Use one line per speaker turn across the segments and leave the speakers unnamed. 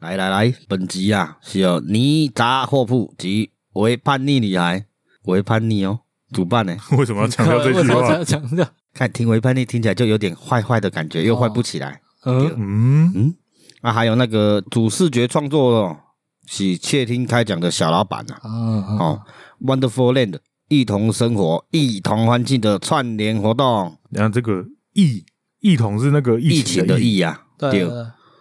来来来，本集啊是由泥杂货铺及为叛逆女孩为叛逆哦主办呢。
为什么要强调这
嗯为
句
什么
话？
要强调？
看听为叛逆听起来就有点坏坏的感觉，
哦
又坏不起来。
嗯，
嗯，
嗯，啊，还有那个主视觉创作哦，是窃听开讲的小老板啊。
啊，
哦，Wonderful Land 一同生活、一同欢庆的串联活动，
然后这个异异同是那个
疫
疫
情
的
的，疫啊，
对对，对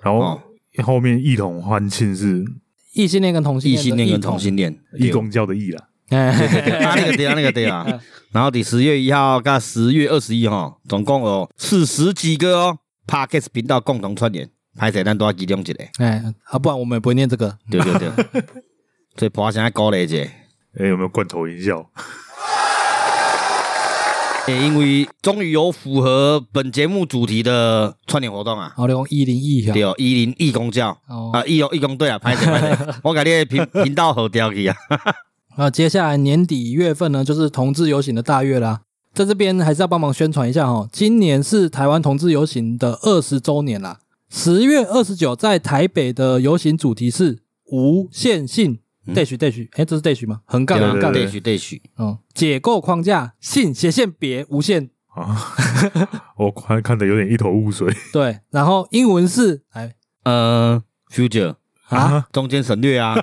然
哦
后，后面异同欢庆是
异性恋跟同性
异
恋的
性恋跟
异
同性恋，
异
对
公教的异啦。
哎，
对对 啊，那个对啊，那个对 啊。然后第十月一号到十月二十一号，总共有四十几个哦 p a r k e s 频道共同串联，拍摄咱都要集中一个，
哎，啊，不然我们也不会念这个。
对对对。 所以爬山鼓励一下，
哎，有没有罐头音效？
也因为终于有符合本节目主题的串联活动啊，
好，利用一零一啊
对，哦，一零义工教。
哦，
啊，义工义工队啊，拍谁拍 谁，我感觉频频道好掉去啊。
那接下来年底月份呢，就是同志游行的大月啦。在这边还是要帮忙宣传一下哦，今年是台湾同志游行的二十周年啦。十月二十九在台北的游行主题是无限性
嗯
dash dash，哎，这是 dash 吗？横杠
对
横
对
杠，
对许对许，
嗯，解构框架，性斜线别无限
啊， 我看看的有点一头雾水
对，然后英文是哎
呃，future
啊
啊
中间省略啊，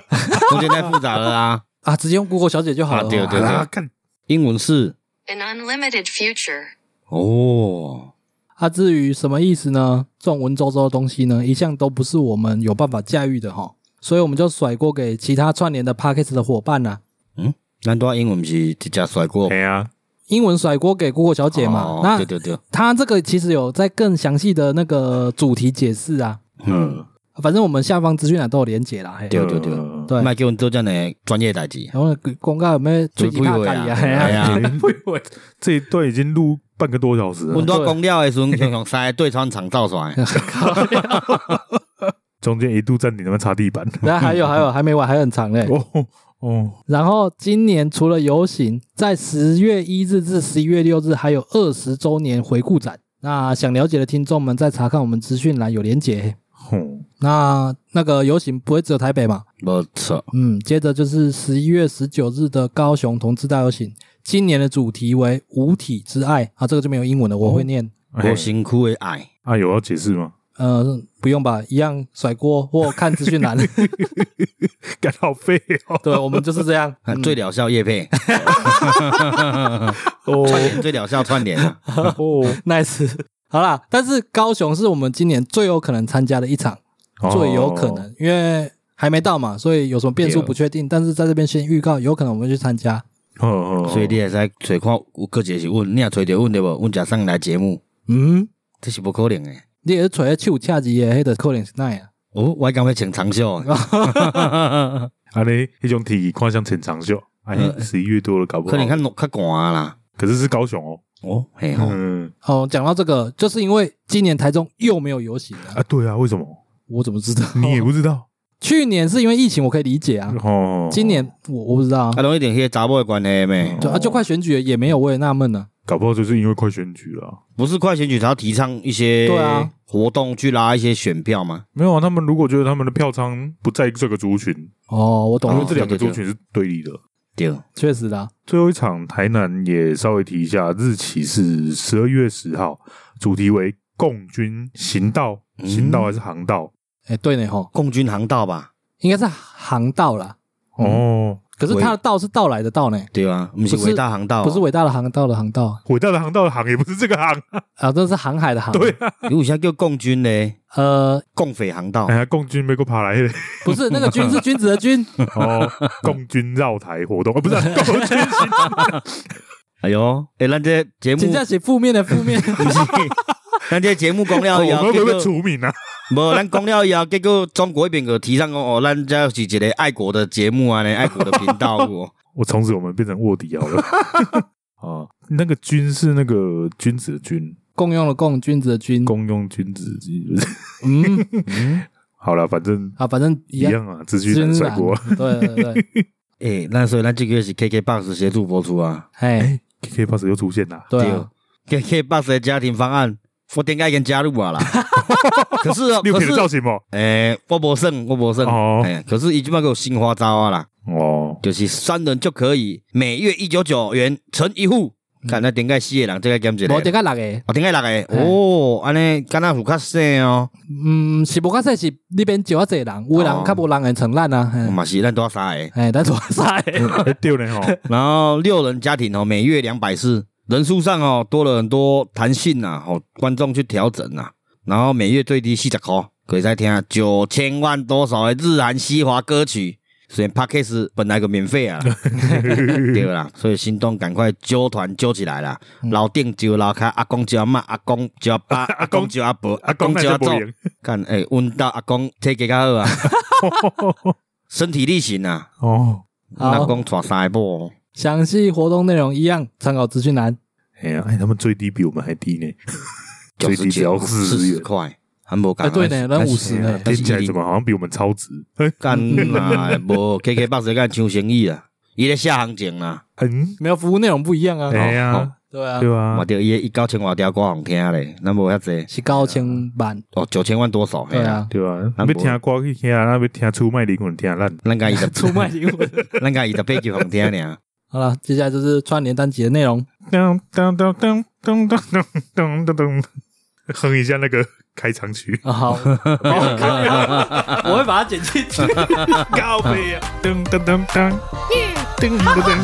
中间太复杂了 啊。
啊，直接用 Google 小姐就好了哦、
啊对对对
啊！看
英文是
An unlimited future.
哦，
啊，至于什么意思呢？这种文绉绉的东西呢，一向都不是我们有办法驾驭的哈，所以我们就甩锅给其他串联的 p a c k a g e 的伙伴啦、
咱多英文不是一只甩锅
哎呀，
英文甩锅给 Google 小姐嘛，
哦
那
对对对，
他这个其实有在更详细的那个主题解释啊，
嗯，
反正我们下方资讯栏都有连结啦。嘿
对对对
呃
对，
卖给我们做这样的专业代志，
然后公告有没有最
不
近大
以为
概
啊，
啊？嘿
哎
啊
呀，
这一段已经录半个多小时
我
了
们，都公料的时候，熊熊塞对穿肠照出来，
中间一度暂停，他们擦地板。
然后还有还有还没完，还很长 嘞。
哦哦，
然后今年除了游行，在十月一日至十一月六日还有二十周年回顾展。那想了解的听众们，再查看我们资讯栏有连结。
哼
那那个游行不会只有台北嘛？
没错，
嗯，接着就是十一月十九日的高雄同志大游行，今年的主题为“无体之爱”啊，这个就没有英文了，我会念。
哎
我辛苦的爱，
啊，有要解释吗？
呃，不用吧，一样甩锅或看资讯栏。
感到废哦，
对，我们就是这样。嗯
啊最疗效叶 配，
哦
串联最疗效串联啊，
哦，
nice。好啦，但是高雄是我们今年最有可能参加的一场，
哦
最有可能，因为还没到嘛，所以有什么变数
对
不确定。但是在这边先预告，有可能我们会去参加。
哦，哦，哦
所以你也使找看有个一个是阮，你也找着阮对无？阮才上来节目，
嗯，
这是无可能的。
你也是揣手恰吉的黑的可能是啊那样。
哦，我还敢要穿长袖的，
啊嘞，一种体育看像浅长袖，哎
嗯，
十一月多了，搞不好
可能较冷较寒啦。
可是是高雄哦，
哦，嘿吼，
嗯
哦，讲到这个，就是因为今年台中又没有游行了、
啊，对啊，为什么
我怎么知道？
你也不知道？
去年是因为疫情，我可以理解啊。
哦，
今年我我不知道啊
啊，，拢一定迄个查某的关系咩？
对啊，就快选举了也没有，我也纳闷了。
搞不好就是因为快选举了啊。
不是快选举，他要提倡一些
对啊
活动去拉一些选票吗？
没有啊，他们如果觉得他们的票仓不在这个族群，
哦，我懂
因
了，
为这两
对
个
对
族群是对立的。
对，
确实的啊、
最后一场台南也稍微提一下，日期是十二月十号，主题为“共军行道”，
嗯
行道还是航道？
哎，对呢吼，
共军航道吧？
应该是航道啦。嗯
哦，
可是它的道是到来的道呢，
对啊，不是
不是
伟大航道啊，
不是伟大的航道的航道
伟大的航道的航也不是这个航，
啊，这是航海的航。
对啊，
你有啥叫共军嘞？
呃，
共匪航道
哎，呀，共军没给我爬来的，
不是那个军是君子的 君，
哦，共军绕台活动，啊，不是啊共军行
哎呦，哎，咱这节目
请假写负面的负面。
不是， 咱这节目讲
道，
了以
哦我
后，
们会
结
不
果
会除名啊？
无，咱讲了以后，结果中国迄边个提倡讲哦，咱这是一个爱国的节目啊，呢爱国的频道哦。
我从此我们变成卧底好了。啊，那个军是那个君子的君，
共用的共，君子的君。
公用君子。
嗯，
好了，反正
啊，反 正一
一
样。啊
样啊，资讯难甩锅。
对对 对，
诶、那所以咱这个月是 KKBOX 协助播出啊。
哎，
K K Box 又出现啦，
对啊，
KKBOX 的家庭方案我点解已经加入啊啦？可是哦，
六
可
撇
是
的造型嘛，
诶、我无算，我无算。
哦
诶、可是伊即摆有新花招啊啦，
哦，
就是三人就可以每月一九九元乘一户。看那顶盖四个人，这个减一个。
无得个六个，
哦，顶盖六个。哦，安尼敢若有较细哦，
嗯，是无较说是那边少啊侪人，有的人较无人会承咱啊，嘿
嘛是咱多三个。
哎，咱做啥？
哎对呢吼，
然后六人家庭哦，每月两百四，人数上哦多了很多弹性呐、啊，哦观众去调整呐、啊。然后每月最低四十块，可以再听啊九千万多首的日韩西华歌曲。虽然 p a c k a g e 本来个免费 啊，对啦，所以心动赶快揪团揪起来啦！
嗯
老顶揪老卡，阿公揪阿妈，阿公揪阿 爸，阿公揪阿伯，
阿公那
揪
就
阿
不
祖。
赢
看，诶，阮到阿公体格较好 啊，身体力行啊，
哦，
阮阿
好
公娶三个某哦。
详细活动内容一样参考资讯栏。
哎呀，哎，他们最低比我们还低呢，最低只要
四
40
十块，很无
哎，
讲。
对呢，咱五十
哎呀
呢，
听起来怎么好像比我们超值？
嗯
干啦，啊无 KK 八十干抢生意啦，伊咧下行情啊啦，
嗯，
没有服务内容不一样啊，
哎
哦
呀，
对啊
对，吧
嘛？着伊一九千外条歌互听咧，咱无遐济
是高清版，
哦，九千万多少？
对
嘿
啊，，
对吧？
啊
要听歌去听，啊那要听出卖灵魂听啊烂，
咱家伊十，
出卖灵魂。
咱家伊十八级互听啊 俩，
啊好了，接下来就是串联单集的内容。，
噔噔噔噔噔噔噔噔噔噔，哼一下那个开场曲
啊好，我会把它剪进去。
高飞呀，噔噔噔噔，噔噔噔噔，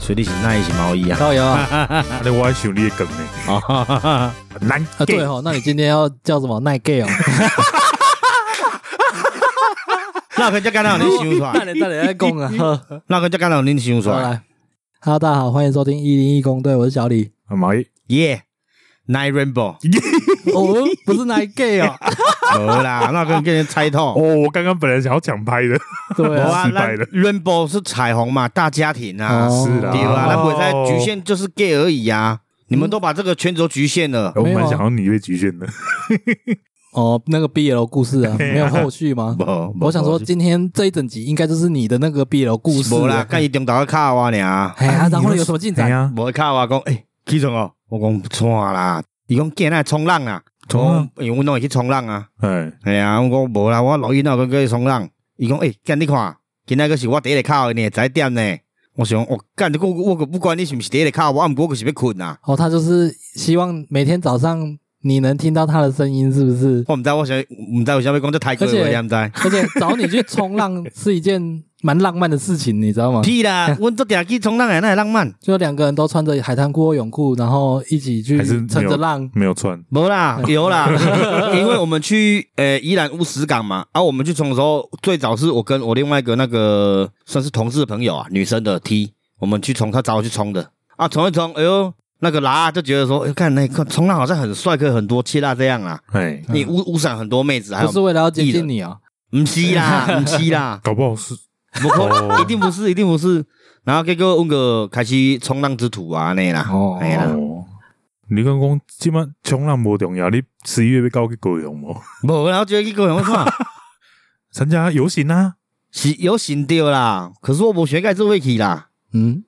所以你是那伊是毛衣 啊？
高瑶啊，
那我还想你的梗呢，难
啊对
get，
哦，那你今天要叫什么 耐 gay 哦？
那可就干到恁想出
那
来，
你那你在讲 啊？呵
那可就干到恁想出
好
来，
来，Hello，大家好，欢迎收听一零一公队，我是小李。
妈耶，
耶！Nine Rainbow，
哦，不是耐 gay 哦，
无啦，那跟跟人猜透。
哦，我刚刚本来想要抢拍的，
对
无
啊，
啊，
失败
那
了
Rainbow 是彩虹嘛，大家庭啊。
哦
是啦
对啊，
哦
那不在局限就是 gay 而已啊。你们都把这个圈子都局限了，
我
没有啊
蛮想要你被局限的，
哦，那个 BL 故事啊，没有后续吗？
无
我想说，今天这一整集应该就是你的那个 BL 故事啊
无
了
啦，干伊中岛去卡我尔，
哎呀，然后有什么进
哎
展？
呀，
无卡我讲，诶，起床哦，我讲错啦，伊讲见那冲浪啊，
冲浪
我讲，因为阮拢会去冲浪啊，
哎，
哎呀，我讲无啦，我老囡仔个去冲浪，伊讲诶，干你看，今仔个是我第一个卡呢，十一点呢，我想我干，我我可不管你是不是第一个卡，我啊毋过我就是要困啊，
哦，他就是希望每天早上你能听到他的声音，是不是？
我毋知我想毋知为啥要讲这泰国话，
而且
你毋 知？
而且找你去冲浪是一件蛮浪漫的事情，你知道吗？
屁 啦，阮做定去冲浪诶，那浪漫。
就两个人都穿着海滩裤、泳裤，然后一起去
还是
乘着浪。
没有穿，
没啦，有啦，因为我们去呃宜兰乌石港嘛，啊，我们去冲的时候，最早是我跟我另外一个那个算是同事的朋友啊，女生的踢，我们去冲，他找我去冲的啊，冲一冲，哎呦，那个拉就觉得说，哎，看那个冲浪好像很帅，可以很多切啦这样啊，
哎，
你乌乌闪很多妹子，还
不
有
是为了要接近你啊、
唔是 啦，唔是啦，
搞不好是
不可
哦
一定不是，一定不是，然后结果问个开始冲浪之徒啊那啦，
哦
哎呀，
哦。你刚讲即摆冲浪无重啊要，你十一月要搞去高雄无？
无，然后觉得去个人看。
参加游行啊？
是有想到啦，可是我无学盖这位去啦，
嗯，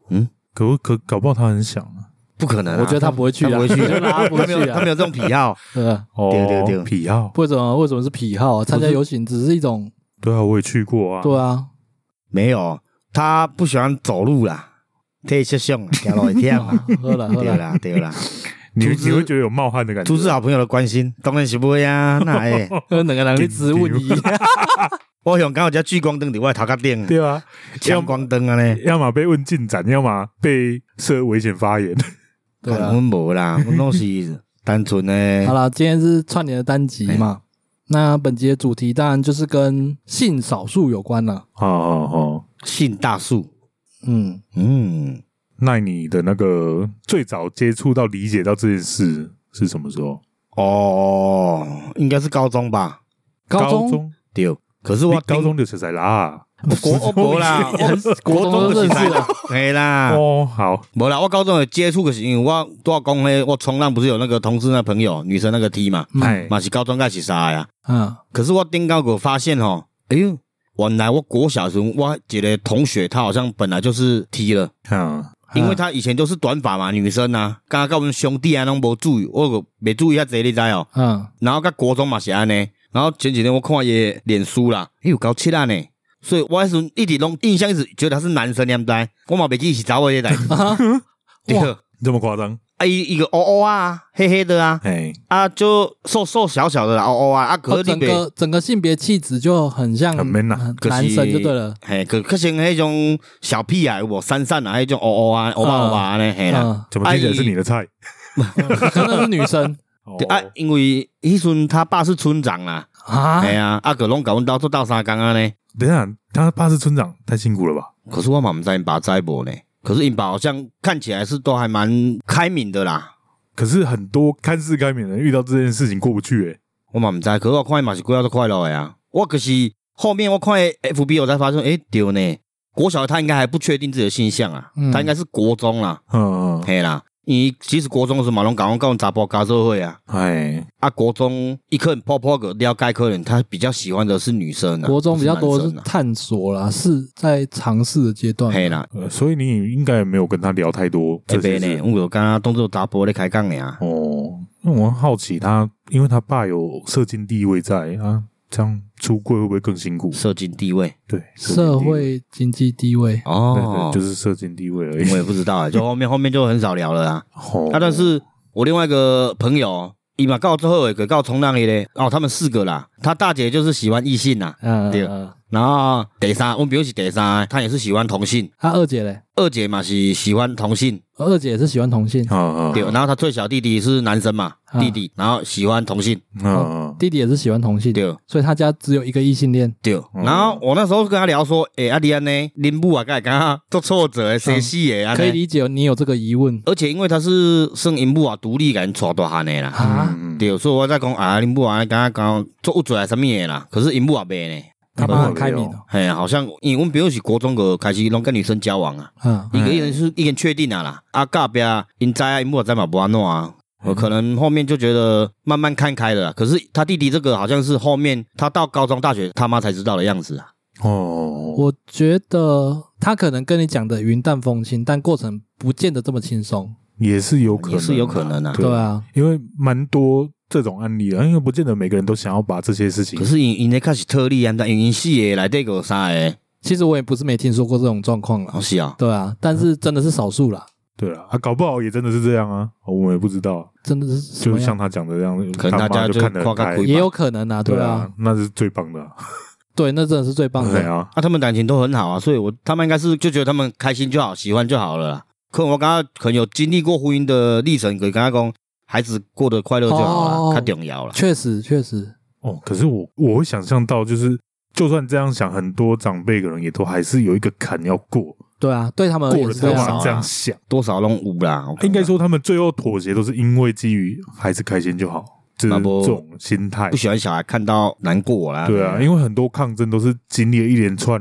可可搞不好他很想啊。
不可能啊、
我觉得他不会去啊
他不会去，
我觉 得他不会去啊
没有，他没有这种癖好。
对啊吧？
哦
对对对
癖好。
为什么为什么是癖好啊？参加游行只是一种
对啊，我也去过啊。
对啊，，
没有，他不喜欢走路啦，退摄像， 走啊路会痛啦
喝了喝
对啊
了，
啦对啦，
你
竹子
你会觉得有冒汗的感觉。
出自好朋友的关 心，当然是不会啊，那哎、
喝两个人去质问一样，
我想刚有只聚光灯伫我的头壳顶，
对啊，
强光灯啊呢，
要么被问进展，要么被设危险发言。
对
啊，
啊
我。们无啦，我们拢 是单纯
好
的，
啦，今天是串联的单集嘛，那本集的主题当然就是跟性少数有关了。
哦哦哦，
信大树，
嗯，
嗯，
那你的那个最早接触到理解到这件事是什么时候？
哦，应该是高中吧，
高中
中，
对，可是
你
我
高中就实啊在啦。
国我无啦，我
国中就认识了，
嘿啦，
哦，好，
无啦，我高中有接触个是因为我多少讲咧，我冲浪不是有那个同事那朋友女生那个 T 嘛，
嗯
哎，
嘛是高中开始啥呀？
嗯，
可是我顶高我发现吼，哎呦，原来我国小时候我一个同学，她好像本来就是踢了，
啊，
因为她以前就是短发嘛，女生啊，刚刚跟我们兄弟啊拢无注意，我没注意遐济，你知哦。
嗯，
然后到国中嘛是安尼，然后前几天我看伊脸书啦，伊有搞七啊呢，所以我迄时候一直拢印象一直觉得他是男生，你毋知？我嘛袂记是查某迄代， 对，
这么夸张？
啊伊一个乌乌啊，黑黑的啊，
哎，
啊就瘦瘦小小的啦，乌乌啊，啊可
哦
是你
整
袂，
个整个性别气质就很像
很 man 啊
嗯
可是
男神就对了，
嘿，可可像迄种小屁啊，有无散散啊，迄种乌乌啊，乌巴乌巴安尼嘿啦，
嗯，
怎么听起来是你的菜？
真嗯的是女生
对啊
哦，
因为迄时阵他爸是村长啦，
啊
哎，呀，啊个拢甲阮兜做斗相共安尼。
等一下，他爸是村长，太辛苦了吧？
可是我嘛不知道因爸在无呢。可是因爸好像看起来是都还蛮开明的啦。
可是很多看似开明的人遇到这件事情过不去，哎，
我嘛不知道，可是我看伊嘛是过得都快乐的啊。我可是后面我看他 FB 我才发现，诶、对呢，国小他应该还不确定自己的性向啊，
嗯
他应该是国中啦，
嗯，
嘿啦。伊其实国中的时候嘛，拢甲阮甲阮查甫交做伙啊。
哎，
啊，国中伊可能泡泡个了解，可能他比较喜欢的是女生啊，
国中比较多
不
是
男生啊啊
探索啦，是在尝试的阶段。
嘿啦。
呃所以你应该也没有跟他聊太多
这
这
边
些
呢
事，。
我就刚刚当做查甫咧开讲啊尔。
哦，那我很好奇他，因为他爸有社经地位在啊，这样出柜会不会更辛苦？
社经地位
对，
社
经地位
会经济地位，
哦，
对对，就是社经地位而已
我。也不知道啊，就后面后面就很少聊了啦。
哦
啊，但是我另外一个朋友，伊嘛告最后一个告冲浪的咧，哦，他们四个啦，他大姐就是喜欢异性啦，
嗯，
对
嗯
然后第三，我们比如是第三，她也是喜欢同性，
他啊二姐嘞，
二姐嘛是喜欢同性，
二姐也是喜欢同性，
啊啊
对，然后她最小弟弟是男生嘛，
啊
弟弟，然后喜欢同性，
啊
哦
啊
弟弟哦也是喜欢同性，
对
所以他家只有一个异性恋。
对，然后我那时候跟他聊说，诶，阿丽安呢，林母啊，该刚做挫折的，谁死的啊？
可以理解你有这个疑问
而且因为他是算因母啊，独立感娶大汉的啦。
啊，
嗯嗯
对，所以我在讲啊，恁母啊，刚刚讲做有做来什么的啦，可是因母也袂呢。
他
没
妈
有
很开明
没
哦，
嘿，好像因为阮朋友是国中个开始拢跟女生交往啊，
嗯，
一个已经是已经确定啊啦，啊隔壁因知啊因母知嘛无安怎啊，我可能后面就觉得慢慢看开了啦。可是他弟弟这个好像是后面他到高中大学他妈才知道的样子啊。
哦，
我觉得他可能跟你讲的云淡风轻，但过程不见得这么轻松。
也是有可能啊，
也是有可能啊
对啊，
因为蛮多这种案例啊，因为不见得每个人都想要把这些事情
可是因因那开始特例啊，但因因四个内底个三个，
其实我也不是没听说过这种状况
好
了。
是啊，
对啊，但是真的是少数啦，
对了啊，搞不好也真的是这样啊，我们也不知道，
真的是什
就
么
像
样
他讲的这样，
可能
他
大
妈
家
就
就
看得
夸
很
个
开
亏，
也有可能啊，对啊
啊，，那是最棒的啊，
对，那真的是最棒
对
的。
啊，
啊，他们感情都很好啊，所以我他们应该是就觉得他们开心就好，喜欢就好了啦。可能我刚刚可能有经历过婚姻的历程，可以跟他讲，孩子过得快乐就好了，
哦
太重要了。
确实，确实，
哦，可是我我会想象到，就是就算这样想，很多长辈可能也都还是有一个坎要过，
对啊，对他们而
过
言
了
是
才
这
多
会
少
样。
啊
这样想。
多少拢有啦，
啊
我
应该说，他们最后妥协都是因为基于孩子开心就好，就是
那不
这种心态
不。喜欢小孩看到难过啦。嗯
对啊，因为很多抗争都是经历了一连串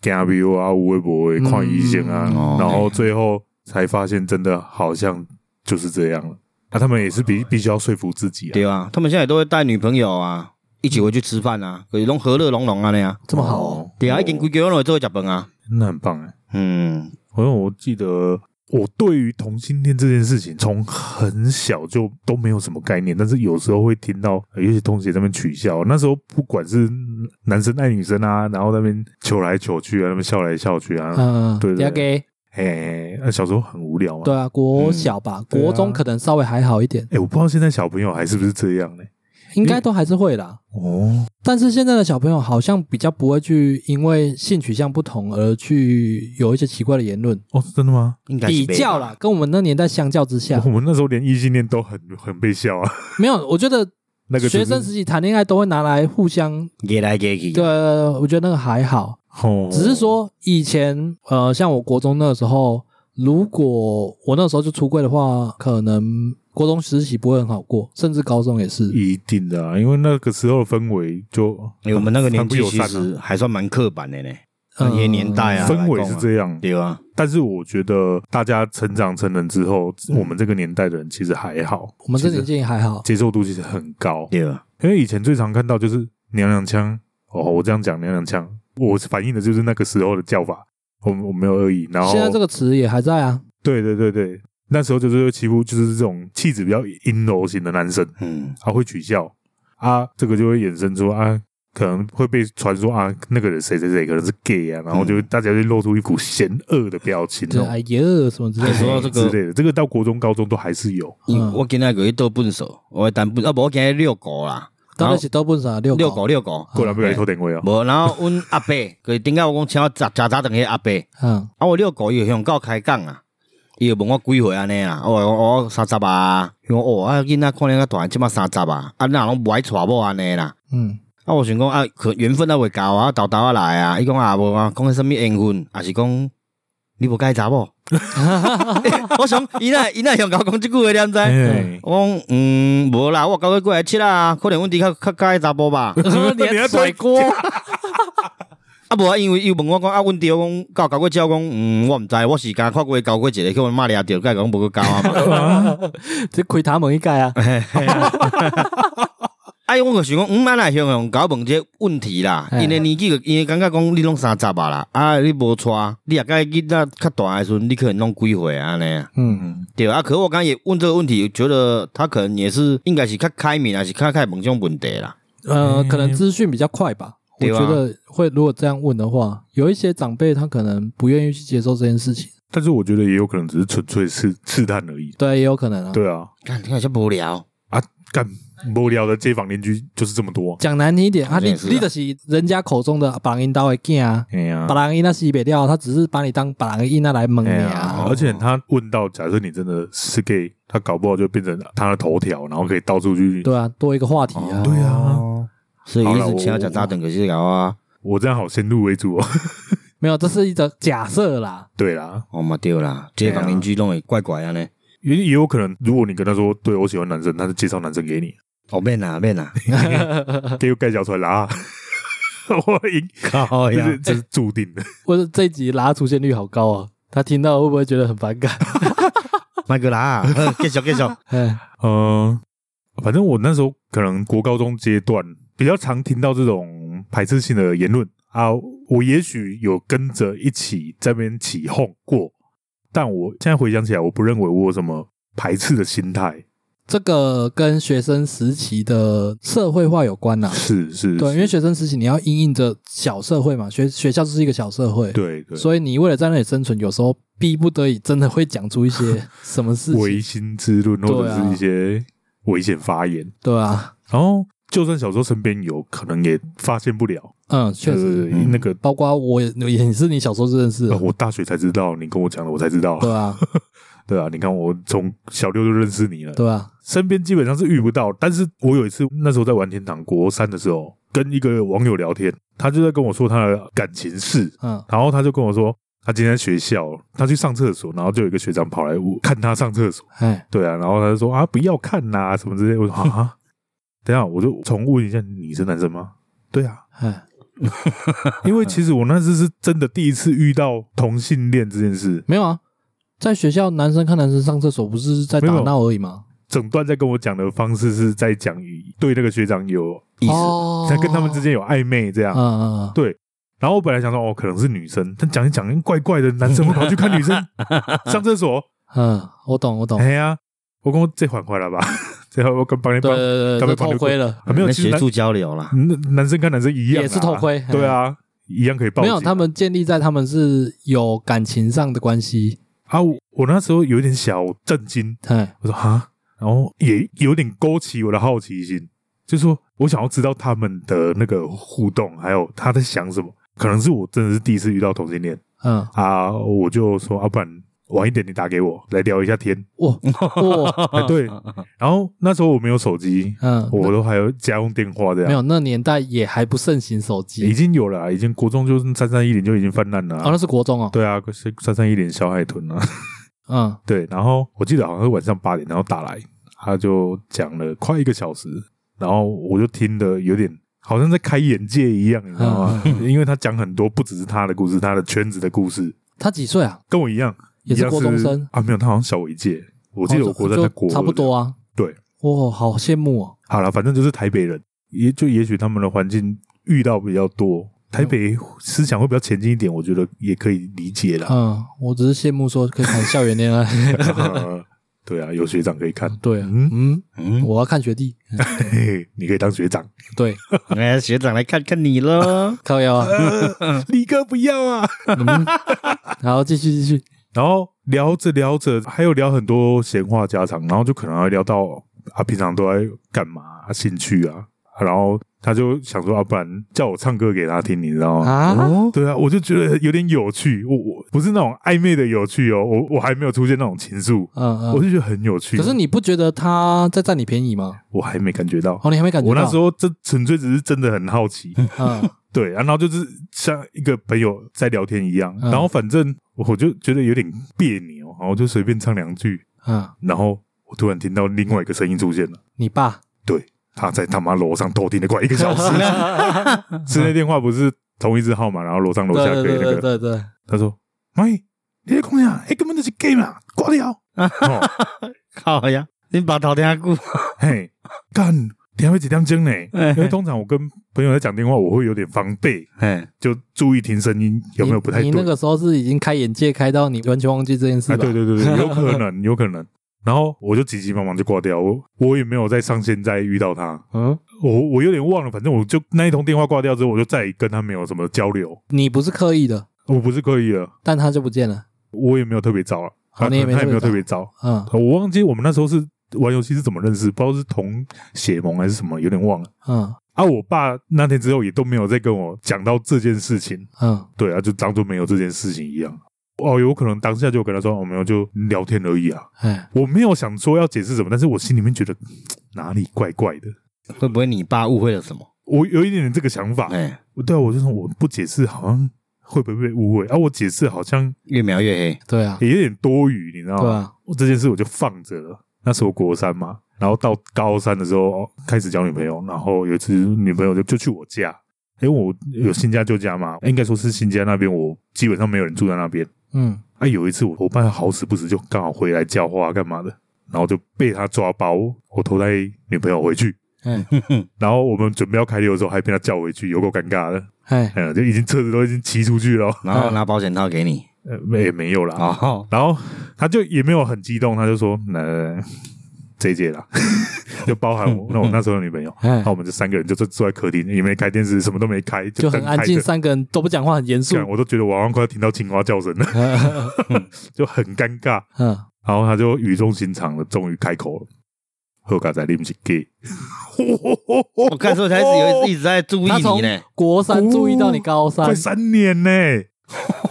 g a b 啊、无微博、看医生啊，
嗯
哦
然后最后才发现真的好像就是这样了。那、他们也是必必须要说服自己啊。
对啊，他们现在也都会带女朋友啊，一起回去吃饭啊，可以拢和乐融融啊那样。
这么好哦
哦，
对啊，已经规矩拢会做食饭啊。
那很棒哎、
嗯，
好像我记得我对于同性恋这件事情，从很小就都没有什么概念，但是有时候会听到呃有些同学在那边取笑。那时候不管是男生爱女生啊，然后那边求来求去啊，那边笑来笑去啊，
嗯，
对对
要给
哎、那小时候很无聊嘛。
对啊，国小吧，
对啊
国中可能稍微还好一点，
哎、我不知道现在小朋友还是不是这样呢、
应该都还是会啦。
哦，
但是现在的小朋友好像比较不会去因为性取向不同而去有一些奇怪的言论，
哦，真的吗？
应该是
比
没吧
较啦，，跟我们那年代相较之下
我，们那时候连异性恋都很很被笑啊。
没有，我觉得
那个、就是、
学生时期谈恋爱都会拿来互相，
越来越去。
对，啊我觉得那个还好，
哦，
只是说以前呃，像我国中那个时候，如果我那时候就出柜的话，可能国中时期不会很好过，甚至高中也是。
一定的啊，因为那个时候的氛围就
因为哎我们那个年纪
很不友
其
善啊
实还算蛮刻板的呢，
嗯
那些年代啊，
氛围是
样，
这样，
对啊。
但是我觉得大家成长成人之后，我们这个年代的人其实还好，
嗯我们这年
其实
纪还好，
接受度其实很高，
对啊，
因为以前最常看到就是娘娘腔，哦，我这样讲娘娘腔，我反映的就是那个时候的叫法，我我没有恶意。然后
现在这个词也还在啊，
对对对对，那时候就是会欺负就是这种气质比较阴柔型的男生，
嗯，
他、会取笑啊，这个就会衍生出啊，可能会被传说啊，那个人谁谁谁可能是 gay 啊，然后就
嗯
会大家就露出一股嫌恶的表情
这
哦
哎呀什么之类
说
的，
到这
之
个，
类的，这个到国中、高中都还是有。
因
嗯
我今天个去倒粪扫，我会单粪，啊，无我今天遛狗啦，然
到
后
底是啊都不啥
遛
遛
狗，遛狗，
过来不要偷电话哦，
无，然后阮阿伯， 就是顶下我讲请我食食早顿迄阿伯，
嗯，
啊，我遛狗伊向狗开讲啊，伊就问我几岁安尼啊，我讲我三十啊，伊讲哦，啊囡仔看恁较大，即满三十啊，啊哪拢无爱娶某安尼啦。
嗯，
啊，我想讲啊，可缘分啊未到啊，豆豆啊来啊，伊讲啊无啊，讲迄什物缘分，啊是讲你无甲伊查某。 欸我想伊那伊那向我讲即句话，你知？
哎，
我讲嗯，无啦，我到尾过来七啊，可能阮弟较较较爱查某吧。
你还甩锅，
啊，无啊，因为伊有问我讲啊，阮弟我讲到交过招，我讲嗯，我毋知，我是刚看过交过一个，叫阮妈掠着，甲伊讲无去交啊嘛。
这开他门一盖啊，
哎啊，我就想讲，嗯，安来向向搞问这个问题啦，
嘿
因诶年纪就，因为感觉讲你拢三十啊啦，啊，你无娶，你也甲囡仔较大诶时阵，你可能拢几岁啊安尼啊。
嗯，
对啊，可是我刚刚也问这个问题，觉得他可能也是应该是较开明，还是较较会问这种问题啦。
呃，
嗯
可能资讯比较快吧。我
对啊
觉得会，如果这样问的话，有一些长辈他可能不愿意去接受这件事情，
但是我觉得也有可能只是纯粹是试探而已。
对，也有可能啊。
对啊，
看，听起来无聊。
干无聊的街坊邻居就是这么多。
讲难听一点啊，
好像
你
也是啊
你的是人家口中的把人刀的囝啊，
哎呀
把人伊那洗不掉，他只是把你当把人伊那来蒙你
哎
啊
呀，。而且他问到，假设你真的是 gay，他搞不好就变成他的头条，然后可以到处去。
对啊，多一个话题啊。
对啊，
哦，所以
好
一
啦
直请我食早顿，可是搞啊，
我这样好先入为主哦。
没有，这是一个假设啦。
对啦，
哦嘛对啦，街坊邻居拢会怪怪安尼。
也也有可能，如果你跟他说对我喜欢男生，他就介绍男生给 你，
哦免啦免啦，
给我盖脚出来拉。 我赢，
哎
靠
这是这是注定的。
或者这一集拉出现率好高啊，他听到会不会觉得很反感？
麦哥啦，啊 继续继续。
哎，
嗯，反正我那时候可能国高中阶段比较常听到这种排斥性的言论啊，我也许有跟着一起在那边起哄过，但我现在回想起来，我不认为我有什么排斥的心态。
这个跟学生时期的社会化有关啦、
是是，
啊对，
是
因为学生时期你要因应着小社会嘛，学学校就是一个小社会，
对对，
所以你为了在那里生存，有时候逼不得已，真的会讲出一些什 么事
唯
情，
心之论或
对
者
啊
是一些危险发言，
对啊，
然后就算小时候身边有，可能也发现不了。
嗯，确实，
呃那个、
包括我也也是你小时候就认识的
呃，我大学才知道，你跟我讲了，我才知道。
对啊，
对啊，你看我从小六就认识你了，
对啊，
身边基本上是遇不到。但是我有一次那时候在玩天堂国三的时候，跟一个网友聊天，他就在跟我说他的感情事，
嗯，
然后他就跟我说他今天在学校，他去上厕所，然后就有一个学长跑来我看他上厕所，
哎，
对啊，然后他就说啊不要看呐、什么之类的，我说 啊，等一下我就重问一下你是男生吗？对啊，
哎，
因为其实我那次是真的第一次遇到同性恋这件事，
没有啊，在学校男生看男生上厕所不是在打
没有
闹而已吗？
整段在跟我讲的方式是在讲与对那个学长有
意思
哦
在跟他们之，间有暧昧这样。
嗯嗯嗯，
然后我本来想说哦，可能是女生，但讲一讲怪怪的，男生会跑去看女 生上厕所。
嗯，我懂我懂，
哎呀，我跟我这还回来吧，这我跟帮你
对啊
帮
对
他
对
们
对，这
帮
偷
你
窥了，
啊，没有
那
其实
学
男
术交流啦，
嗯男生看男生一样啊
也是偷窥哎
对啊，一样可以报
没
警。
有，他们建立在他们是有感情上的关系，
啊，我我那时候有点小震惊，
哎。
我说哈，然后也有点勾起我的好奇心，就说我想要知道他们的那个互动，还有他在想什么。可能是我真的是第一次遇到同性恋
嗯，
啊，我就说啊，不然晚一点你打给我来聊一下天。
哇哇，
哎，对，然后那时候我没有手机，
嗯，
我都还有家用电话这样，
没有那年代也还不盛行手
已
机，
经有了啊，已经国中就是三三一零就已经泛滥了
哦，
啊、
那是国中哦，
对啊，是三三一零小海豚啊。
嗯，
对，然后我记得好像是晚上八点，然后打来，他就讲了快一个小时，然后我就听得有点好像在开眼界一样，你知道
嗯
吗？ 因为他讲很多不只是他的故事，他的圈子的故事，
他几岁啊？
跟我一样，
也
一
是
样
国中生，哦
啊，没有，他好像小我一届，我记得我国中
就
在国二
差不多啊。
对，
哇，好羡慕哦。
好了，反正就是台北人，也就也许他们的环境遇到比较多，台北思想会比较前进一点，我觉得也可以理解 啦。
嗯，我只是羡慕说可以谈校园恋爱。
对啊，有学长可以看，
对啊，
嗯
嗯，
嗯，
我要看学弟。
嘿嘿你可以当学长。
对，
来哎学长来看看你 喽。
靠腰啊。
李哥不要啊！
然后继续继续，
然后聊着聊着，还有聊很多闲话家常，然后就可能会聊到啊，平常都在干嘛、啊、兴趣啊，然后他就想说，啊，不然叫我唱歌给他听，你知道吗？
啊
哦对啊，我就觉得有点有趣，我我不是那种暧昧的有趣哦，我我还没有出现那种情愫，
嗯
我
嗯。
就觉得很有趣。
可是你不觉得他在占你便宜吗？
我还没感觉到，
哦，你还没感觉
我
到？
那时候真纯粹只是真的很好奇，
嗯，
对，啊然后就是像一个朋友在聊天一样，
嗯
然后反正我就觉得有点别扭，然后就随便唱两句，
嗯，
然后我突然听到另外一个声音出现了，
你爸
对，他在他妈楼上偷听了快一个小时， 室内电话不是同一只号码，然后楼上楼
对
下可以
对
那
对对
个，
对对，
他说：“喂，你在空呀？哎，根本就是 gay 嘛，挂 掉。哦”
靠呀，你把头听顾，
嘿，干，点会几点钟呢？
哎
因为通常我跟朋友在讲电话，我会有点防备，
哎，
就注意听声音有没有不太对。
你你那个时候是已经开眼界，开到你完全忘记这件事
啊，
吧？
对对对 对，有可能，有可能。然后我就急急忙忙就挂掉，我我也没有在上线再遇到他，
嗯，
我我有点忘了，反正我就那一通电话挂掉之后，我就再也跟他没有什么交流。
你不是刻意的，
我不是刻意的，
但他就不见了。
我也没有特别糟啊，
哦你也没
他也没有
特
特
别
别糟。
嗯
我忘记我们那时候是玩游戏是怎么认识，不知道是同血盟还是什么，有点忘了。
嗯
啊，我爸那天之后也都没有再跟我讲到这件事情，
嗯
对啊，就当做没有这件事情一样。哦，有可能当下就跟他说，我、哦、没有就聊天而已啊。
哎，
我没有想说要解释什么，但是我心里面觉得哪里怪怪的，
会不会你爸误会了什么？
我有一点点这个想法。
哎，
对啊，我就说我不解释好像会不会被误会啊？我解释好像
越描越黑。
对啊，
也有点多余，你知道
对
吗？
啊，
我这件事我就放着了。那时候国三嘛，然后到高三的时候、哦开始交女朋友，然后有一次女朋友就就去我家，因为我有新家旧家嘛，应该说是新家那边我基本上没有人住在那边。
嗯
啊，有一次我我爸好死不死就刚好回来叫花干嘛的，然后就被他抓包，我偷带女朋友回去，
哎
然后我们准备要开溜的时候还被他叫回去，有够尴尬的，
哎
哎呀，就已经车子都已经骑出去了，哦
然后拿保险套给你，
呃，没也没有啦，
哦，
然后他就也没有很激动，他就说，那、这一届啦， 就包含 我，那我那时候的女朋友。
哎
那，我们就三个人就坐坐在客厅，也没开电视，什么都没开，
就很
灯
安
开
静，
着
三个人都不讲话，很严肃。
干我都觉得我好像快要听到青蛙叫声了，就很尴尬。
嗯，
然后他就语重心长的，终于开口了：“贺嘎仔，你不是 gay。
我看候开始有一一直在注意
他从
你呢，
国三注意到你高三
快，三年呢、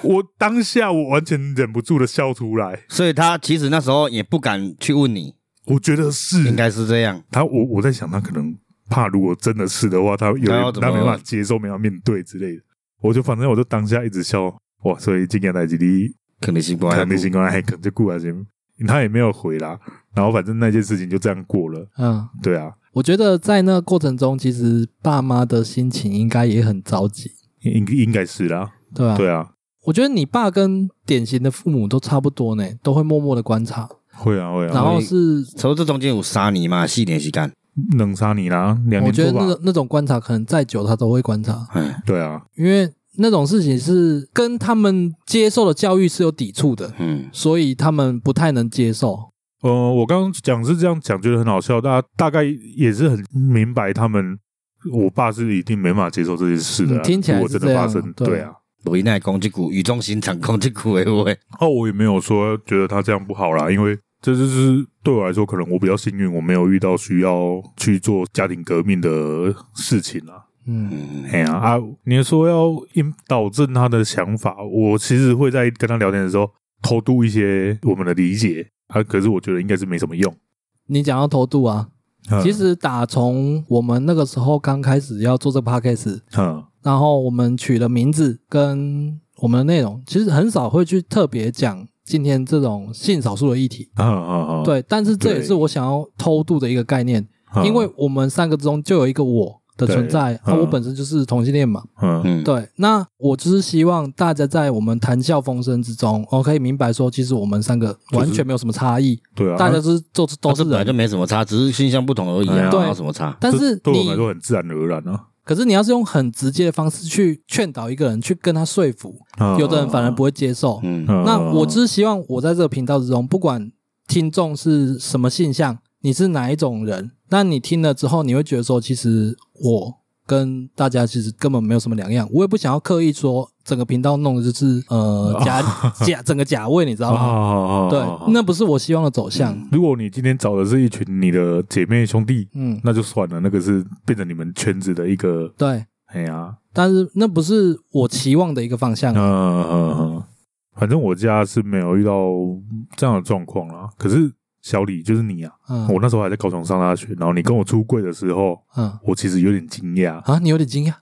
我当下我完全忍不住的笑出来。
所以他其实那时候也不敢去问你，
我觉得是
应该是这样。
他，我我在想，他可能怕如果真的是的话，他有
他要怎么
他没办法接受，没办法面对之类的。我就反正我就当下一直笑哇，所以今年来吉利
肯定是不爱
肯
哭
定，新冠还肯就顾还行，他也没有回啦。然后反正那件事情就这样过了，
嗯。
对啊，
我觉得在那个过程中，其实爸妈的心情应该也很着急，
应应该是啦，
对吧、
对啊，
我觉得你爸跟典型的父母都差不多呢，都会默默的观察，
会啊会啊，
然后是
所以这中间有杀你嘛，四年时间，
冷杀你啦，两
我
年
觉得
多
那
吧
个。那种观察，可能再久他都会观察，
嗯
对啊，
因为那种事情是跟他们接受的教育是有抵触的，
嗯，
所以他们不太能接受。
呃，我刚刚讲是这样讲，觉得很好笑，大家大概也是很明白他们，我爸是一定没办法接受这件事的啊、
嗯听起来
如果
是
真
这
的
样
发生，
对
对啊。
无奈讲这句，语重心长讲这句的话，
哦，我也没有说觉得他这样不好啦，因为这就是对我来说，可能我比较幸运，我没有遇到需要去做家庭革命的事情啊。
嗯
嗯，
哎呀啊！你说要引导正他的想法，我其实会在跟他聊天的时候偷渡一些我们的理解啊，可是我觉得应该是没什么用。
你讲到偷渡啊，
嗯
其，实打从我们那个时候刚开始要做这个 podcast，
嗯
然后我们取的名字跟我们的内容，其实很少会去特别讲今天这种性少数的议题。
嗯嗯嗯，
对，但是这也
对
是我想要偷渡的一个概念，
嗯，
因为我们三个之中就有一个我的存在，
对
啊，
嗯
我本身就是同性恋嘛。
嗯
嗯，
对，那我就是希望大家在我们谈笑风生之中，我、哦、可以明白说，其实我们三个完全没有什么差异，
对啊，
大家
啊
就是都是都
是
是
本来
人。
就没什么差，只是性向不同而已
哎呀
啊，
对
哪有什么差？
但
这
是
对我
你
们来说很自然而然啊。
可是你要是用很直接的方式去劝导一个人，去跟他说服，
啊
有的人反而不会接受。
嗯，
啊
那我只是希望我在这个频道之中，不管听众是什么现象，你是哪一种人，那你听了之后，你会觉得说，其实我跟大家其实根本没有什么两样。我也不想要刻意说整个频道弄的就是呃假假整个假位，你知道
啊
吗？
啊
对，那不是我希望的走向。
如果你今天找的是一群你的姐妹兄弟，
嗯，
那就算了，那个是变成你们圈子的一个，
对，
哎呀，
但是那不是我期望的一个方向
嗯、。呃，反正我家是没有遇到这样的状况啦。可是小李就是你啊，
嗯，
我那时候还在高中上大学，然后你跟我出柜的时候，
嗯
我其实有点惊讶，
啊，你有点惊讶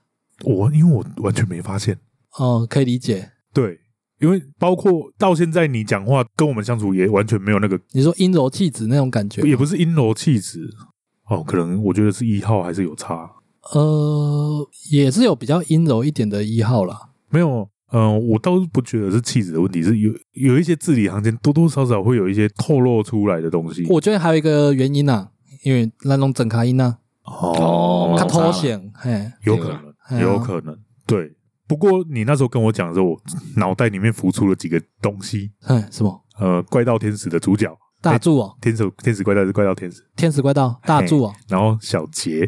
我因为我完全没发现，
哦，可以理解。
对。因为包括到现在，你讲话跟我们相处也完全没有那个，
你说阴柔气质那种感觉，
也不是阴柔气质哦，可能我觉得是一号还是有差，
呃，也是有比较阴柔一点的一号啦。
没有，嗯、我倒是不觉得是气质的问题，是有有一些字里行间多多少少会有一些透露出来的东西。
我觉得还有一个原因啊，因为咱拢整卡音啊，
哦
他
较
脱险，嘿，
有可能，
对啊
有可能，对。不过你那时候跟我讲的时候，我脑袋里面浮出了几个东西，
嘿，什么
呃，怪盗天使的主角，
大柱哦，
天使天使怪盗是怪盗天使，
天使怪盗大柱哦，
然后小杰，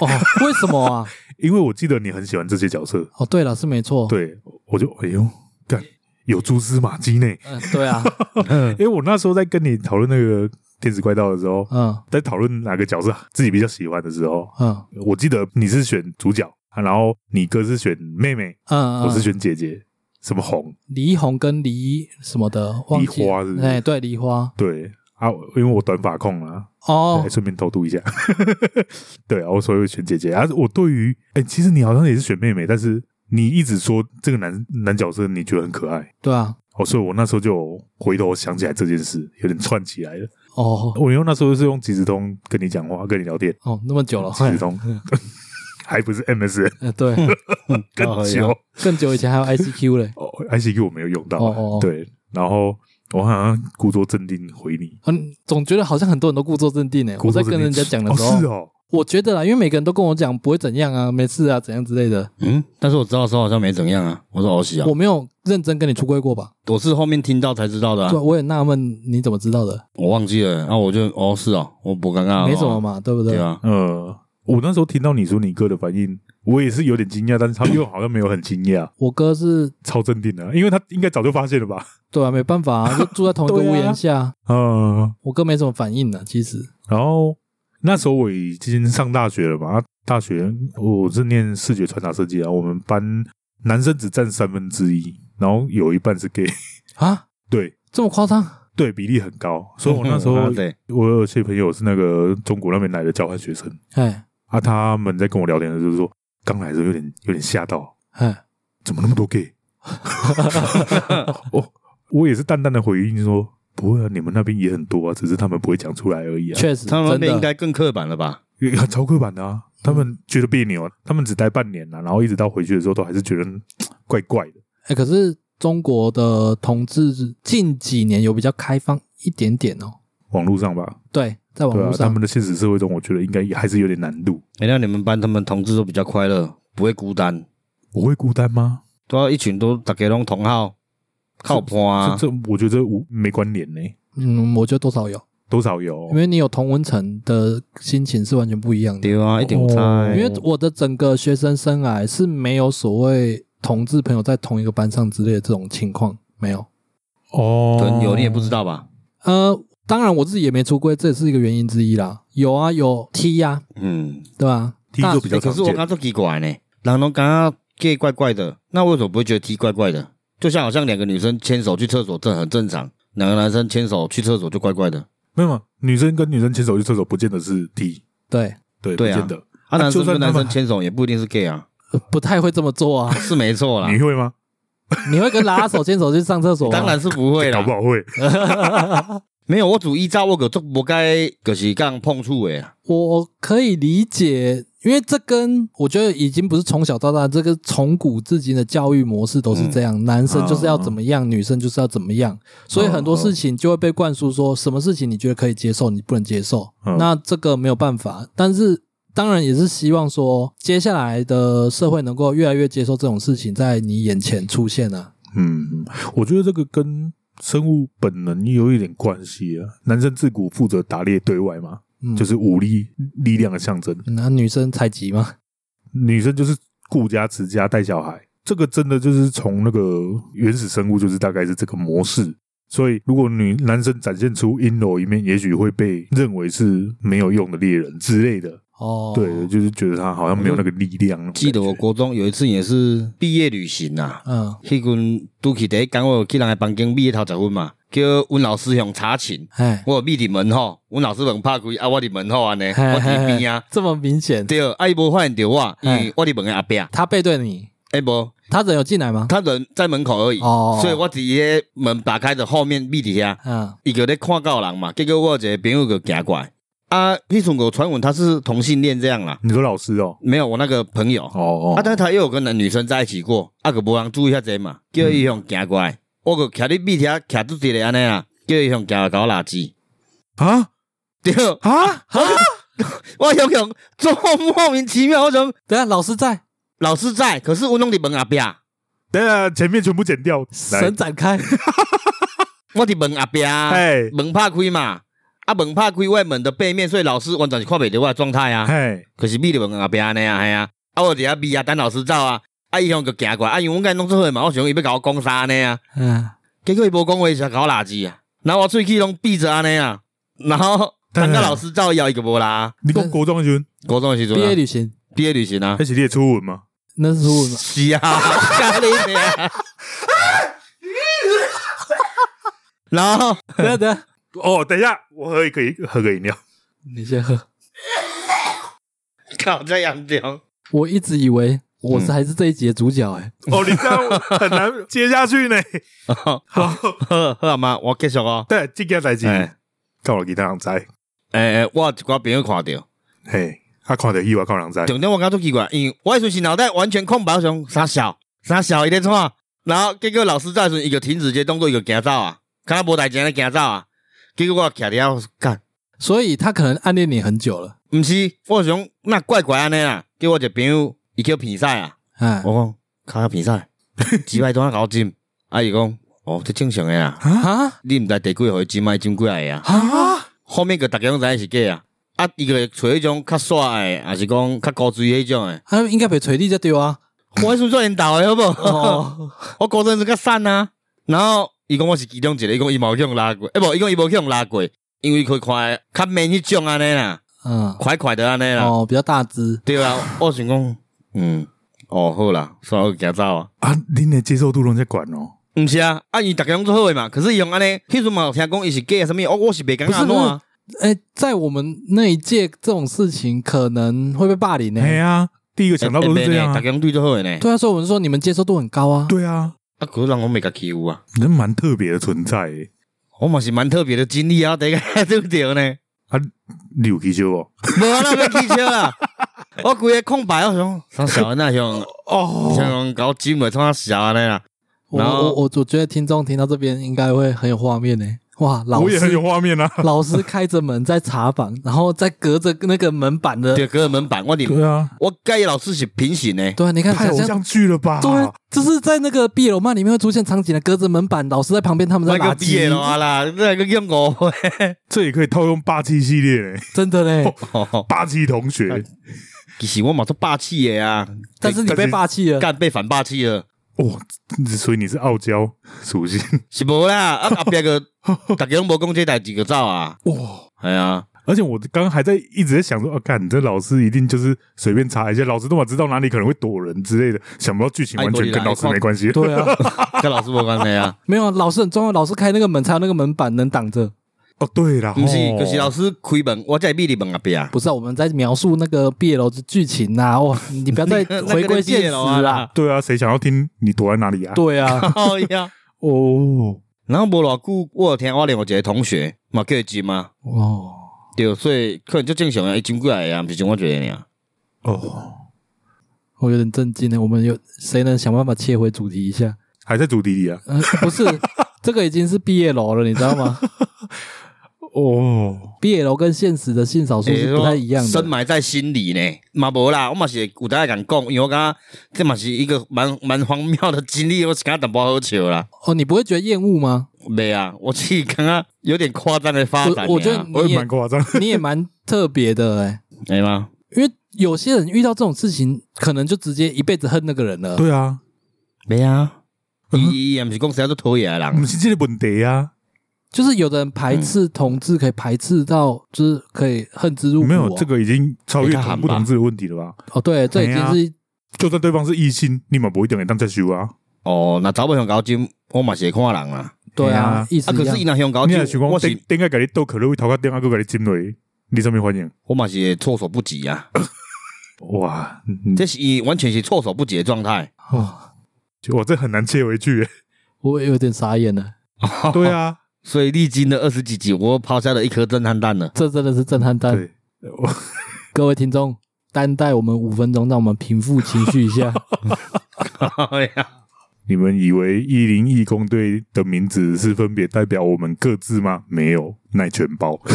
哦，为什么啊？
因为我记得你很喜欢这些角色，
哦，对了，是没错，，
对，我就哎呦，干有蛛丝马迹呢，
嗯，对啊，
因为我那时候在跟你讨论那个天使怪盗的时候，
嗯
在讨论哪个角色自己比较喜欢的时候，
嗯
我记得你是选主角，啊然后你哥是选妹妹，
嗯，
我是
嗯
选姐姐，什么红？
黎红跟黎什么的，忘记
梨花是不是
哎，对，梨花，
对啊，因为我短发控啦，
哦
对，顺便偷渡一下。 对啊，我所以会选姐姐啊。我对于哎、其实你好像也是选妹妹，但是你一直说这个男男角色你觉得很可爱。
对啊，
哦，所以我那时候就回头想起来这件事，有点串起来了。
哦
我因为那时候是用即时通跟你讲话，跟你聊天，
哦，哎那么 久了，
即
嘿
时通还不是 MSN，
呃对，
更
哎
哦
久。
有
更久以前还有 ICQ 嘞，
哦，ICQ 我没有用到，
哦哦哦
对，然后我好像故作镇定回你，
嗯，总觉得好像很多人都故作镇定诶，
故
我
作
在
镇定
跟人家讲的
哦
时候
是，哦，
我觉得啦，因为每个人都跟我讲不会怎样啊，没事啊，怎样之类的，
嗯，但是我知道的时候好像没怎样啊，我说我喜啊
我，没有认真跟你出柜过吧？
我是后面听到才知道的、啊
对，，我也纳闷你怎么知道的，
我忘记了，然、后我就哦是哦，我不尴
啊
尬，
没什么，
哦
嘛，对不对？
对啊，
呃，我那时候听到你说你哥的反应，我也是有点惊讶，但是他又好像没有很惊讶，
我哥是
超镇定的，因为他应该早就发现了吧，
对啊，没办法 啊，就住在同一个
对啊
屋檐下，
嗯，
我哥没什么反应呢、其实，
然后那时候我已经上大学了嘛，啊大学我是念视觉传达设计啊，我们班男生只占三分之一，然后有一半是 gay，
啊，
对。
这么夸张？
对比例很高，所以我那时 候
啊对，
我有些朋友是那个中国那边来的交换学生
哎
啊，他们在跟我聊天的时候就说，刚来的时候有点有点吓到，
哎，
怎么那么多 gay？我我也是淡淡的回应说，不会啊，你们那边也很多啊，只是他们不会讲出来而已啊。
确嗯实，
他们那
真
边
的
应该更刻板了吧？
因为超刻板的啊，他们觉得别扭啊，他们只待半年啊，然后一直到回去的时候都还是觉得嗯怪怪的。
哎，可是中国的同志近几年有比较开放一点点哦，
网络上吧，
对，在网
对啊
络，
他
上
们，的现实社会中，我觉得应该也还是有点难度。
哎、那你们班他们同志都比较快乐，不会孤单，
我会孤单吗？
都要一群都大家拢同好，靠伴啊，
这这，我觉得这无没关联呢、
嗯，我觉得多少有，
多少
哦
有
因。为你有同文层的心情是完全不一样的。
对啊，一定有差、
哦
欸。
因为我的整个学生生涯是没有所谓同志朋友在同一个班上之类的这种情况，没有。
哦，
可能有你也不知道吧？
呃，当然我自己也没出柜，这也是一个原因之一啦。有啊，有 T 呀、
嗯，
对吧？
T
大
就比较
欸可
常
是我
见
刚。刚都奇怪呢，人都刚刚 gay 怪怪的，那为什么不会觉得 T 怪怪的？就像好像两个女生牵手去厕所，这很正常；两个男生牵手去厕所就怪怪的。
没有嘛，女生跟女生牵手去厕所，不见得是 T，
对、
对，
对啊
不见得。
啊，男生
就算
跟
他
男
们
生牵手也不一定是 gay 啊，。
呃不太会这么做啊
是没错啦。
你会吗？
你会跟拉手牵手去上厕所吗？啊
当然是不会
搞
啦
不。好会。
没有，我主依照我个做不该，就是刚碰触的啊。
我可以理解，因为这跟我觉得已经不是从小到大，这个从古至今的教育模式都是这样，
嗯
男生就是要怎么
哦
样，女生就是要怎么样，所以很多事情就会被灌输说，什么事情你觉得可以接受，你不能接受，
嗯
那这个没有办法。但是当然也是希望说，接下来的社会能够越来越接受这种事情在你眼前出现啊。
嗯，我觉得这个跟生物本能也有一点关系啊。男生自古负责打猎对外嘛，
嗯，
就是武力力量的象征。
那女生采集嘛，
女生就是顾家、持家、带小孩，这个真的就是从那个原始生物，就是大概是这个模式。所以，如果女男生展现出阴柔一面，也许会被认为是没有用的猎人之类的。
哦，
对，就是觉得他好像没有那个力量。
记得我国中有一次也是毕业旅行啊，
嗯，
迄阵拄去第一工，我有去人诶房间米头十分嘛，叫阮老师向查寝，
哎，
我有米伫门口，阮老师门拍开，啊，我伫门口安尼，我
嘿
伫边啊，，
这么明显，
对，啊，伊无发现着我，因
嘿
为我伫门诶后壁，
他背对你，
哎无，
他人有进来吗？
他人在门口而已，
哦
所以我伫迄门打开的后面米伫遐，
嗯，
伊就咧看到人嘛，结果我有一个朋友就行过来，啊，迄阵有传闻他是同性恋这样啦，
你说老师哦，
没有，我那个朋友，啊，
哦哦，
但是他也有跟男女生在一起过，啊，个无人注意遐济嘛，叫伊向行过
嗯
来，我个徛伫米条徛拄一个安尼啊，叫伊向行来甲我垃圾，
啊
对，
啊，
我向向做莫名其妙，我想
等一下老师在，
老师在，可是我拢伫门啊后壁，
等一下前面全部剪掉，来
神，展 开，
我伫门后壁啊，
哎
门拍开嘛，啊门拍开外门的背面，所以老师完全是看袂着我的状态啊，
哎，
可是米伫门后壁安尼啊，系啊，啊我伫遐米啊等老师走啊，啊伊向就行过来，啊因为阮甲伊弄做伙嘛，我想伊要甲我讲啥安尼啊。
嗯，
结果伊无讲话，就搞垃圾啊！然后我喙齿拢闭着安尼啊，然后
等
等
等
个老师照要一个无啦。
你讲国中的时候，
高中的时阵、
毕业
啊，
旅行
毕业旅行啊
开，始列初吻吗？
那是我吗？
是啊，咖喱面。然后
等一下等一下，
哦，等一下，我喝一个喝个 饮料。
你先喝。
搞在扬州，
我一直以为我是还是这一集的主角哎、
哦，你这样很难接下 去呢。
好
好，
好好嘛，我继续哦。
对，这件代志，
哎
告我其他人知，
诶、诶，我有一寡朋友看着，
嘿，他看到伊，我看人知，
重点我感觉奇怪，因为我迄阵是脑袋完全空白，我想傻笑傻笑伊咧创，然后结果老师在时阵伊就停止，这动作伊就行走啊，敢若无代志安尼行走啊，结果我徛伫遐我说干。
所以他可能暗恋你很久了。
毋是，我想那怪怪安尼啦，叫我一个朋友，伊叫比赛啊，
哎
我讲靠要比赛，几摆单搞金，啊伊讲哦，这正常诶啊，
啊
你毋知第几回金卖金几来啊，
啊！
后面个逐家拢知影是假啊，啊伊个找迄种较煞诶，还是讲较高追迄种诶，
他应该被锤地才对啊。
我迄阵做引导诶，好无？
哦，
我高中是较瘦啊，然后伊讲我是其中一个，伊讲伊嘛有去互拉过，诶无，伊讲伊无去互拉过，因为佢看的较 man 迄种安尼啦，
嗯，
快啊快的安尼啦。
哦，比较大只。
对啊，我想讲，嗯，哦，好啦，算我行走啊。
啊，恁的接受度拢在管哦。
毋是啊，啊，伊逐家拢做好诶嘛，可是伊用安尼，迄阵嘛有听讲伊是 gay 啊什么，哦，我是袂
不
讲
是
安怎啊？
哎、在我们那一届，这种事情可能会被霸凌呢、
哎呀，第一个想到都是这样
逐
啊
家。拢对做好诶呢。
对啊，所以我们说你们接受度很高啊。
对啊，
啊，可是人我袂甲欺负啊，
人蛮特别的存在欸耶。
我嘛是蛮特别的经历啊，第 一个对不对呢？
你有去修哦？
无啊，那要气笑 啊！我规个空白，我啊想，像小安那像像
哦，
讲搞金诶，创啥小安尼啦？
我
然后
我我我觉得听众听到这边应该会很有画面呢、哇，老
我也很有
师
画面啊。
老师开着门在查房，然后再隔着那个门板的。
对，隔门板，我伫
对啊，
我甲伊老师是平行诶，
对啊，你看
太
想
偶
象
像剧了吧？
对，啊就是在那个毕业漫里面会出现场景的，隔着门板，老师在旁边，他们在
那
垃
个毕业
圾，
了啊啦，那个叫误会。
这也可以套用霸气系列耶，
真的
哦
嘞。
霸气同
哎
学。
哦其实我嘛做霸气的啊，
但
哎
是你被霸气了，
干被反霸气了，
哇，所以你是傲娇属性。
是无啦， 啊后壁个逐个拢无讲这代志就走啊，
哇，
系 啊，
而且我刚刚还在一直在想说，啊，看这老师一定就是随便查一下，老师都嘛知道哪里可能会躲人之类的，想不到剧情
哎
完全跟老师没关系。
对 啊，
跟老师无关系啊，
没有啊，老师很重要，老师开那个门才有那个门板能挡着。
哦，对啦，
毋是，
哦
就是老师开门，我在秘伫门后 壁，
不是、啊，我们在描述那个毕业楼的剧情呐、哇，你不 要再回归现实啦。，
对啊，谁想要听你躲在哪里啊？
对啊，
好呀。
哦，
然后无偌久，我有听我另外一个同学嘛叫伊金啊，
哦，
对，所以可能就正常啊，伊金过来啊，毋是像我一个尔。
哦，
我有点震惊了。我们有谁能想办法切回主题一下？
还在主题里啊？
呃，不是，这个已经是毕业楼了，你知道吗？
哦，
BL 跟现实的性少数是不太一样
欸
的
深。埋在心里呢，嘛无啦，我嘛是有大家敢讲，因为我感觉这嘛是一个蛮蛮荒谬的经历，我是感觉淡薄好笑啦。
哦，你不会觉得厌恶吗？
没啊，我自己刚刚有点夸张的发展、啊，
我我觉得
我也
你
哎
也
蛮夸张。
哦你也蛮特别的哎、
没吗？
因为有些人遇到这种事情，可能就直接一辈子恨那个人了。
对啊，
没啊，伊伊也不是讲实在都讨厌的
不
人，
是这个问题啊，
就是有的人排斥同志，可以排斥到就是可以恨之入骨、哦。
没有这个已经超越
给他
同
喊
不
吧
同志的问题了吧？
哦，对，这已经
哎
是
就算对方是异性，你嘛不一定会当接受啊。
哦，那早不想搞金，我嘛是会看人啦。
对啊
啊，
意
啊，
思一
可
样
是伊。若想搞
你
金
若想，
我
讲顶
是
顶个给你倒可乐会头壳顶啊，个给你浸落，你什么反应？
我嘛是会措手不及啊，
哇，嗯
这是伊完全是措手不及的状态。
哦，
我嗯这很难切回去耶。
我有点傻眼了，
对啊，
所以历经了二十几集，我抛下了一颗震撼弹了。
这真的是震撼弹。
对，我
各位听众，担待我们五分钟，让我们平复情绪一下。
哎呀，
你们以为一零义工队的名字是分别代表我们各自吗？没有，奈全包。
不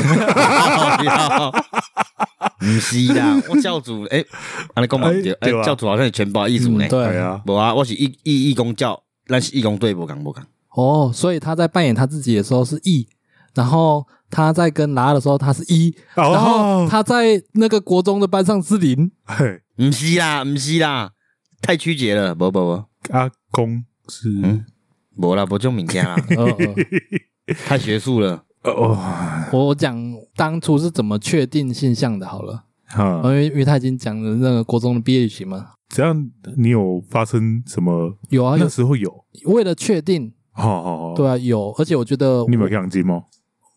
是啦，我教主诶，安尼讲嘛对，
哎对
诶，
啊
教主好像是全包艺术呢
嗯。对
对啊，
无啊，我是义义义工教，咱是义工队无共无共。
哦，所以他在扮演他自己的时候是 E，然后他在跟拉的时候他是一、然后
哦，
他在那个国中的班上是 零。
嘿
毋是啦，毋是啦，太曲解了，无无无，
阿公是
嗯，无啦，无种物件啦，
呃呃
太学术了。
哦，
我我讲当初是怎么确定性向的，好了，
哈
哦因，为因为他已经讲了那个国中的毕业旅行嘛，
这样你有发生什么？
有啊，
那
有
时候有，哦
为了确定，
好好好，
对啊，有，而且我觉得
你有没有养鸡吗？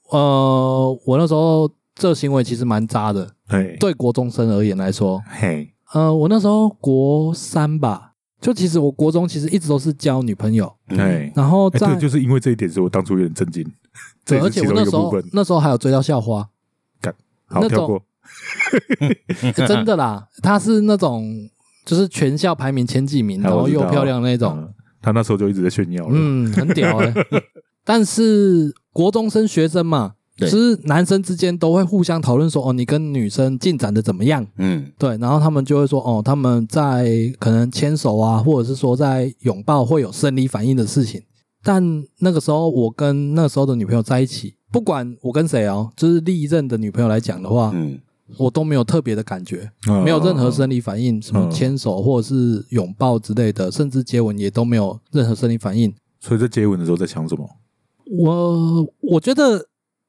呃，我那时候这行为其实蛮渣的，
嘿，
对国中生而言来说，
嘿，
呃，我那时候国三吧，就其实我国中其实一直都是交女朋友，
嗯
嘿，
然后
哎
在、
对，就是因为这一点，所以我当初有点震惊。这
对，
也
而
是
且
其
我
中
那
一
时
个部
候
分。
那时候还有追到校花，
好，
那
跳
种
过。
欸
嗯
真的啦，她是那种就是全校排名前几名，
哎
然
我
后
知
又
道
漂亮那种，
嗯他那时候就一直在炫耀了。
嗯，很屌 哎、但是国中生学生嘛，
对
就是男生之间都会互相讨论说，哦，你跟女生进展的怎么样？
嗯，
对，然后他们就会说，哦，他们在可能牵手啊，或者是说在拥抱会有生理反应的事情。但那个时候，我跟那时候的女朋友在一起，不管我跟谁哦，就是历任的女朋友来讲的话，
嗯，
我都没有特别的感觉，
嗯，
没有任何生理反应，什么
嗯
牵手或者是拥抱之类的，甚至接吻也都没有任何生理反应。
所以在接吻的时候在想什么？
我我觉得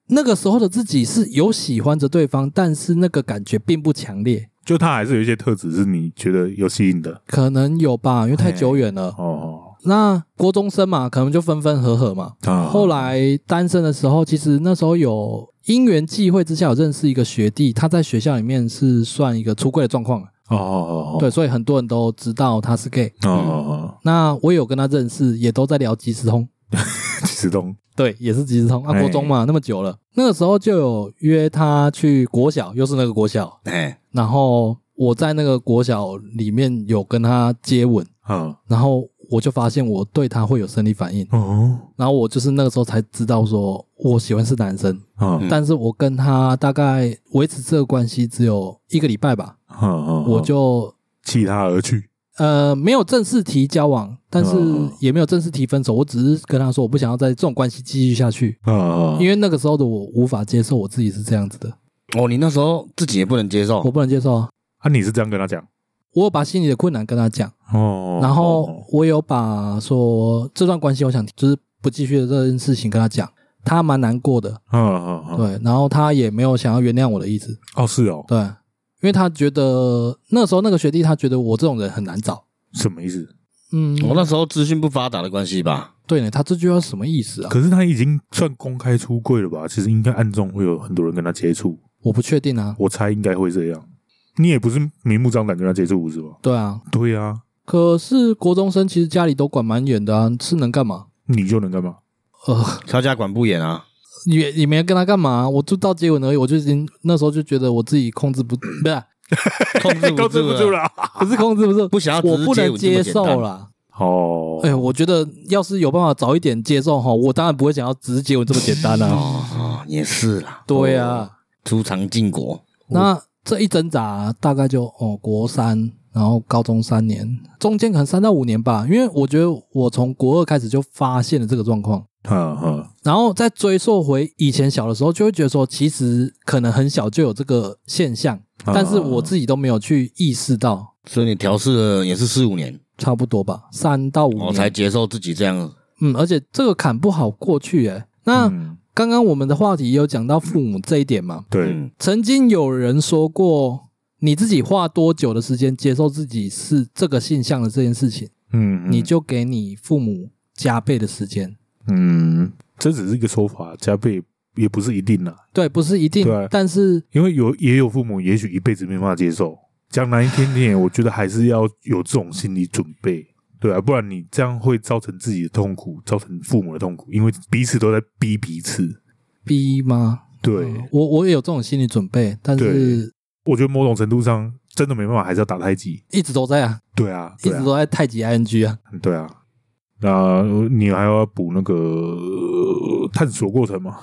那个时候的自己是有喜欢着对方，但是那个感觉并不强烈，
就他还是有一些特质是你觉得有吸引的。
可能有吧，因为太久远了。
哦
那国中生嘛，可能就分分合合嘛。
啊
后来单身的时候，其实那时候有因缘际会之下，有认识一个学弟，他在学校里面是算一个出柜的状况，啊
哦哦哦，
对，所以很多人都知道他是 gay。
哦哦，
那我有跟他认识，也都在聊即时通，嗯
哦启东，
对，也是即时通啊，
哎
国中嘛，那么久了，那个时候就有约他去国小，又是那个国小，
哎，
然后我在那个国小里面有跟他接吻，
嗯
然后我就发现我对他会有生理反应，
哦
然后我就是那个时候才知道说我喜欢是男生，
嗯
但是我跟他大概维持这个关系只有一个礼拜吧，
嗯，
我就
弃他而去。
呃，没有正式提交往，但是
嗯
也没有正式提分手，我只是跟他说我不想要在这种关系继续下去，
嗯，
因
为
为那个时候的我无法接受我自己是这样子的，
哦，你那时候自己也不能接受
我，不能接受啊。
啊，你是这样跟他讲
我有把心里的困难跟他讲，
哦，
然后
哦
我有把说这段关系我想就是不继续的这件事情跟他讲，他蛮难过的，
嗯嗯嗯，
对，然后他也没有想要原谅我的意思，
哦是哦，
对，因为他觉得那时候那个学弟他觉得我这种人很难找，
什么意思？
嗯，
我哦那时候资讯不发达的关系吧，
对呢，他这句话是什么意思啊？
可是他已经算公开出柜了吧？其实应该暗中会有很多人跟他接触，
我不确定啊，
我猜应该会这样。你也不是明目张胆跟他接触，是吧？
对啊，
对啊，
可是国中生其实家里都管蛮严的啊，是能干嘛？
你就能干嘛？
呃，
肖家管不严啊，
也也没跟他干嘛，啊我就到接吻而已，我就已经那时候就觉得我自己控制不，不是啊
控制不住了，
了，
不是控制不住，
不想要只
我
是
不
接
能
吻这么
接
简单
受啦。
哦，
哎、我觉得要是有办法早一点接受哈，我当然不会想要直接有这么简单啊。
哦哦，也是啦，
对啊呀、
哦出藏进国，
那这一挣扎大概就哦，国三，然后高中三年，中间可能三到五年吧，因为我觉得我从国二开始就发现了这个状况，
嗯嗯，
然后再追溯回以前小的时候，就会觉得说，其实可能很小就有这个现象，但是我自己都没有去意识到，
所以你调试了也是四五年，
差不多吧，三到五
我
年
哦才接受自己这样。
嗯，而且这个坎不好过去诶、那、
嗯
刚刚我们的话题有讲到父母这一点嘛，
对，
嗯，
曾经有人说过，你自己花多久的时间接受自己是这个性向的这件事情，
嗯，
你就给你父母加倍的时间。
嗯，这只是一个说法，加倍也不是一定啊啦，
对，不是一定
对，啊
但是
因为有也有父母，也许一辈子没办法接受，讲难一点点，我觉得还是要有这种心理准备，对啊，不然你这样会造成自己的痛苦，造成父母的痛苦，因为彼此都在逼彼此。
逼吗？
对，
嗯我我也有这种心理准备，但是
我觉得某种程度上真的没办法，还是要打太极。
一直都在啊，
对啊，
一
对
直
啊，
都在太极 ing 啊。
对啊。那你还要补那个呃探索过程吗？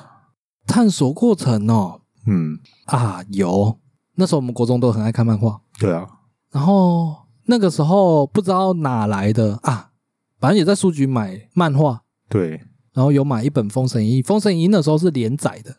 探索过程哦，
嗯，
啊，有那时候我们国中都很爱看漫画，
对啊，
然后那个时候不知道哪来的啊，反正也在书局买漫画，
对，
然后有买一本《封神演义》，《封神演义》那时候是连载的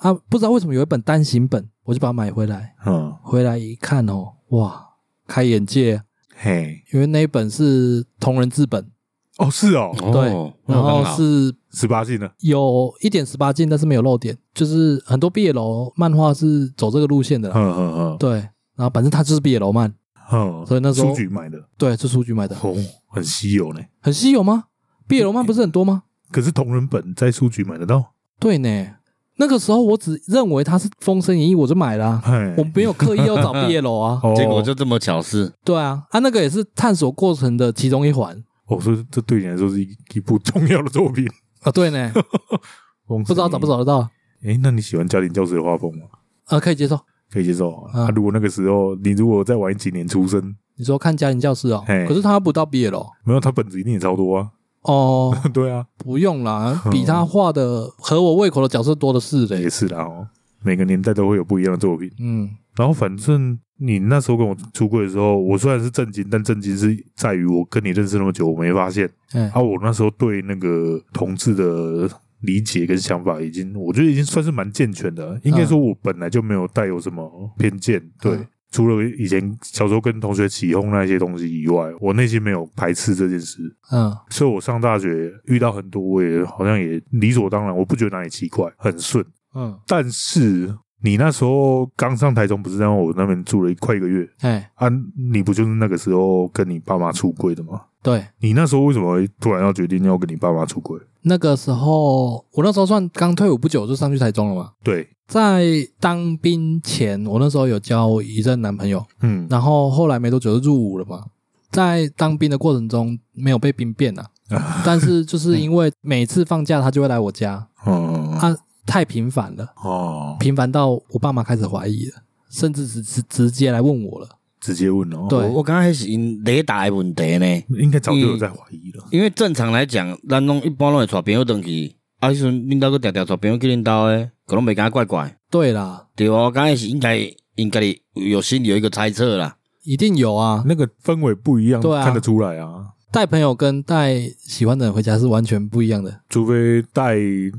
啊，不知道为什么有一本单行本，我就把它买回来。
嗯，
回来一看哦，哇，开眼界！
嘿，
因为那一本是同人字本，
哦，是哦，
对
哦，
然
那我
后
刚好
是
十八禁的，
有一点十八禁，但是没有露点，就是很多 BL 漫画是走这个路线的啦。
嗯嗯嗯，
对，然后反正它就是 BL 漫，
嗯，
所以那时候
书局买的，
对，是书局买的，
哦，很稀有呢。
很稀有吗？BL 漫不是很多吗？
可是同人本在书局买得到，
对呢，那个时候我只认为它是《封神演义》，我就买啦、
嘿，
我没有刻意要找 BL 啊。
哎 哦
结果就这么巧是，
对啊，啊，那个也是探索过程的其中一环
我说这对你来说是一一部重要的作品，
啊。对呢，
不
不知道找不。找得到，
哎，那你喜欢家庭教师的画风吗？
啊，可以接受。
可以接受啊。
啊
啊如果那个时候你如果再晚几年出生，
你说看家庭教室哦，
嘿
可是他不到 BL
没有他本子一定也超多啊。
哦，
对啊，
不用啦，比他画的合我胃口的角色多的是
也
嘞。
是啦哦。每个年代都会有不一样的作品。
嗯，
然后反正你那时候跟我出柜的时候，我虽然是震惊，但震惊是在于我跟你认识那么久，我没发现。
哎、
啊，我那时候对那个同志的理解跟想法，已经我觉得已经算是蛮健全的。应该说，我本来就没有带有什么偏见，对。
嗯
除了以前小时候跟同学起哄那些东西以外，我内心没有排斥这件事，
嗯，
所以我上大学遇到很多，我也好像也理所当然，我不觉得哪里奇怪，很顺。
嗯，
但是你那时候刚上台中，不是让我那边住了快一个月
哎、
啊？你不就是那个时候跟你爸妈出柜的吗？
对，
你那时候为什么会突然要决定要跟你爸妈出轨？
那个时候我那时候算刚退伍不久就上去台中了嘛，
对，
在当兵前，我那时候有交一任男朋友，
嗯，
然后后来没多久就入伍了嘛，在当兵的过程中没有被兵变啊，但是就是因为每次放假他就会来我家，
哦
啊，太频繁了，
哦，
频繁到我爸妈开始怀疑了，甚至直直直接来问我了。
直接问哦，
对
我我刚开始因雷达的问题呢，
应该早就有在怀疑了。
因为正常来讲，咱拢一般拢会带朋友回去，啊，迄阵恁兜佫常常带朋友去恁兜的，可拢袂敢怪怪，
对啦，
对啊，我刚开始应该应该有心里有一个猜测啦，
一定有啊，
那个氛围不一样，
对啊
看得出来啊。
带朋友跟带喜欢的人回家是完全不一样的。
除非带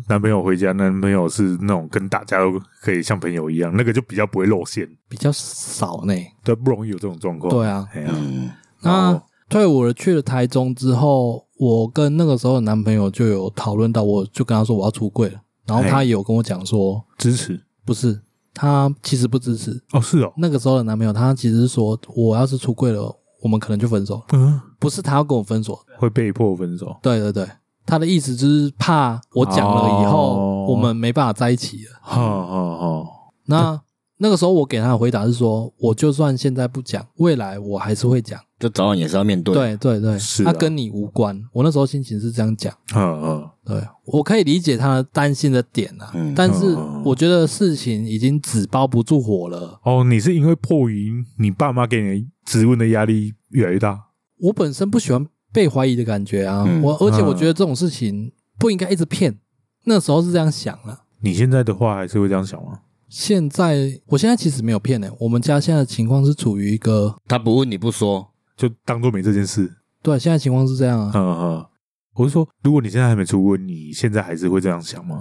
男朋友回家，男朋友是那种跟大家都可以像朋友一样，那个就比较不会露馅，
比较少呢，
对，不容易有这种状况。
对啊。
哎呀，
嗯，
那
哦
退伍了去了台中之后，我跟那个时候的男朋友就有讨论到，我就跟他说我要出柜了，然后他也有跟我讲说，
支持
不是，他其实不支持。
哦，是哦，
那个时候的男朋友，他其实是说，我要是出柜了，我们可能就分手了。
嗯，
不是他要跟我分手，
会被迫分手。
对对对，他的意思就是怕我讲了以后，
哦
我们没办法在一起了。
哈哈哈，
那那个时候我给他的回答是说，我就算现在不讲，未来我还是会讲。
这早晚也是要面对，，
对对对，
是
他
啊
跟你无关。我那时候心情是这样讲。
嗯嗯，
对，我可以理解他担心的点啊，
嗯
但是
嗯
我觉得事情已经纸包不住火了。
哦，你是因为迫于你爸妈给你质问的压力越来越大，
我本身不喜欢被怀疑的感觉啊。
嗯
我而且我
嗯
觉得这种事情不应该一直骗，那时候是这样想啊。
你现在的话还是会这样想吗？
现在我现在其实没有骗诶、我们家现在的情况是处于一个
他不问你不说，
就当做没这件事。
对，现在情况是这样啊，
嗯嗯，我是说，如果你现在还没出国，你现在还是会这样想吗？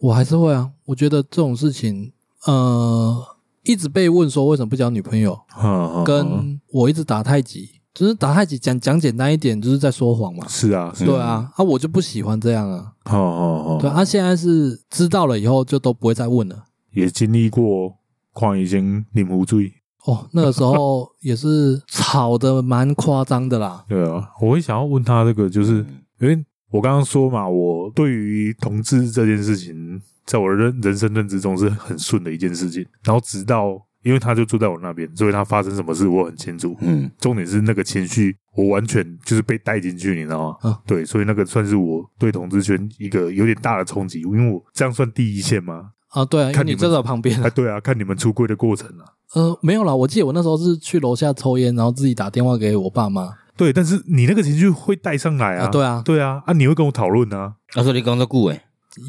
我还是会啊。我觉得这种事情，呃，一直被问说为什么不交女朋友，
嗯，嗯
跟我一直打太极，就是打太极讲讲简单一点，就是在说谎嘛。
是啊，是
对，啊，啊，我就不喜欢这样啊。
哦哦哦，
对，啊，现在是知道了以后就都不会再问了。
也经历过矿已经领无罪，
哦，那个时候也是吵得蛮夸张的 啦。
对啊，我会想要问他这个，就是
嗯
因为我刚刚说嘛，我对于同志这件事情，在我的认人生认知中是很顺的一件事情，然后直到因为他就住在我那边，所以他发生什么事我很清楚，
嗯，
重点是那个情绪，我完全就是被带进去，你知道吗？
啊
对，所以那个算是我对同志圈一个有点大的冲击，因为我这样算第一线 吗？
啊，对啊，因为
看你
你
们
站在我 旁边
啊，。对啊，看你们出柜的过程啊。
呃，没有啦，我记得我那时候是去楼下抽烟，然后自己打电话给我爸妈。
对，但是你那个情绪会带上来啊，
啊对啊
对啊，啊，你会跟我讨论啊，
他说你讲这句诶，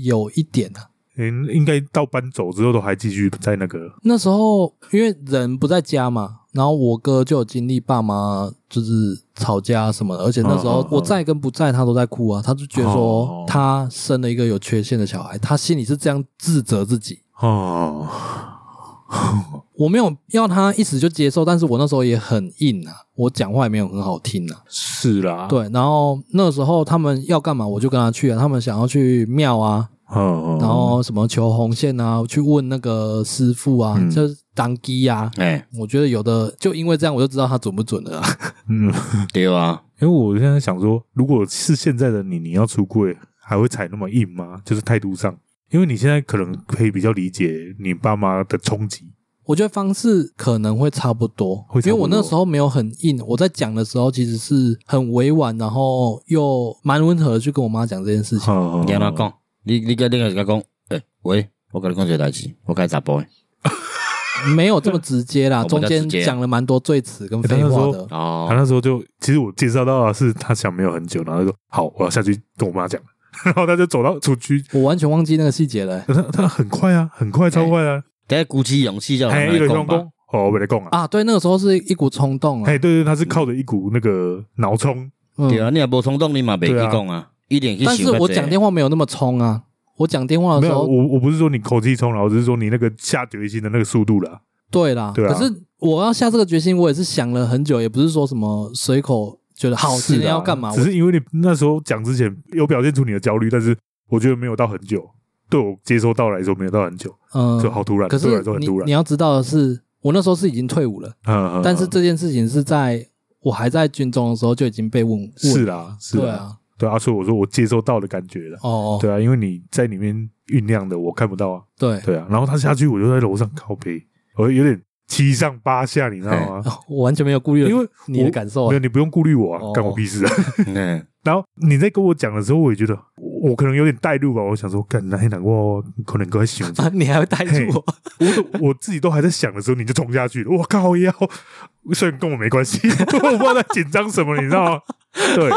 有一点啊，
嗯，应该到搬走之后都还继续在那个，
那时候因为人不在家嘛，然后我哥就有经历爸妈就是吵架什么的，而且那时
嗯嗯
候
嗯
我在跟不在他都在哭啊，他就觉得说
哦
他生了一个有缺陷的小孩，他心里是这样自责自己。
哦，
我没有要他一时就接受，但是我那时候也很硬啊，我讲话也没有很好听啊。
是啦，，
对，然后那时候他们要干嘛，我就跟他去啊。他们想要去庙啊，
嗯，
然后什么求红线啊，去问那个师傅啊，
嗯
就是当机啊。
哎，
我觉得有的就因为这样，我就知道他准不准了啊。
嗯，
对啊，
因为我现在想说，如果是现在的你，你要出柜，还会踩那么硬吗？就是态度上，因为你现在可能可以比较理解你爸妈的冲击，
我觉得方式可能会差不多，
会差不多
因为我那时候没有很硬，我在讲的时候其实是很委婉，然后又蛮温和的去跟我妈讲这件事情。
嗯
你安怎讲？哦你你跟另外一个讲，诶，喂，我跟你讲一个代志，我该查甫诶。
没有这么直 接啦，
我们
中
比较
间
直接
讲了蛮多罪词跟
欸
废
他
话
那时
的。
哦
他，那时候就，其实我介绍到的是他想没有很久，然后他说好，我要下去跟我妈讲， 然后他就走到出去，
我完全忘记那个细节了、欸
他他很快啊，很快，超快啊，
得鼓起勇气叫
还
哎人
一
来
个
讲
公
吧。
公，哦，我没来讲啊，
啊！对，那个时候是一股冲动啊
哎，，对对，他是靠着一股那个脑冲，
对
嗯，
啊，你也无冲动，你嘛袂去
对啊
讲啊，一点去
但
想较
是
多。
我讲电话没有那么冲啊，我讲电
哦
话的
没
时
有，
候，
我我不是说你口气冲了，我只是说你那个下决心的那个速度啦，
对啦，
对啊
可是我要下这个决心，我也是想了很久，也不是说什么随口觉得好
是
今天
啊
要干嘛，
只是因为你那时候讲之前有表现出你的焦虑，但是我觉得没有到很久，对我接收到来说没有到很久，
嗯
就，好突然，
可
对我
是
来说很
你
突
你
然。
要知道的是，我那时候是已经退伍了，
嗯，嗯
但是
嗯
这件事情是在我还在军中的时候就已经被问，
是
啊，
啦，是
对
啦，
啊，
对啊，所以我说我接收到的感觉了。
哦，
对啊，因为你在里面酝酿的，我看不到啊。
对，
对啊，然后他下去，我就在楼上靠背，我有点七上八下，你知道吗？
我完全没有顾虑了，
因为
你的
我
感受
没
啊
有，，你不用顾虑我啊，
哦
干我屁事啊！
嗯，
然后你在跟我讲的时候，我也觉得我我可能有点带入吧，我想说，干那些难过，可能都在想这个
啊 你还会带
嘿
住我。
我都我 自己都还在想的时候，你就冲下去了。我靠腰，虽然跟我没关系， 我不知道在紧张什么，你知道吗？对，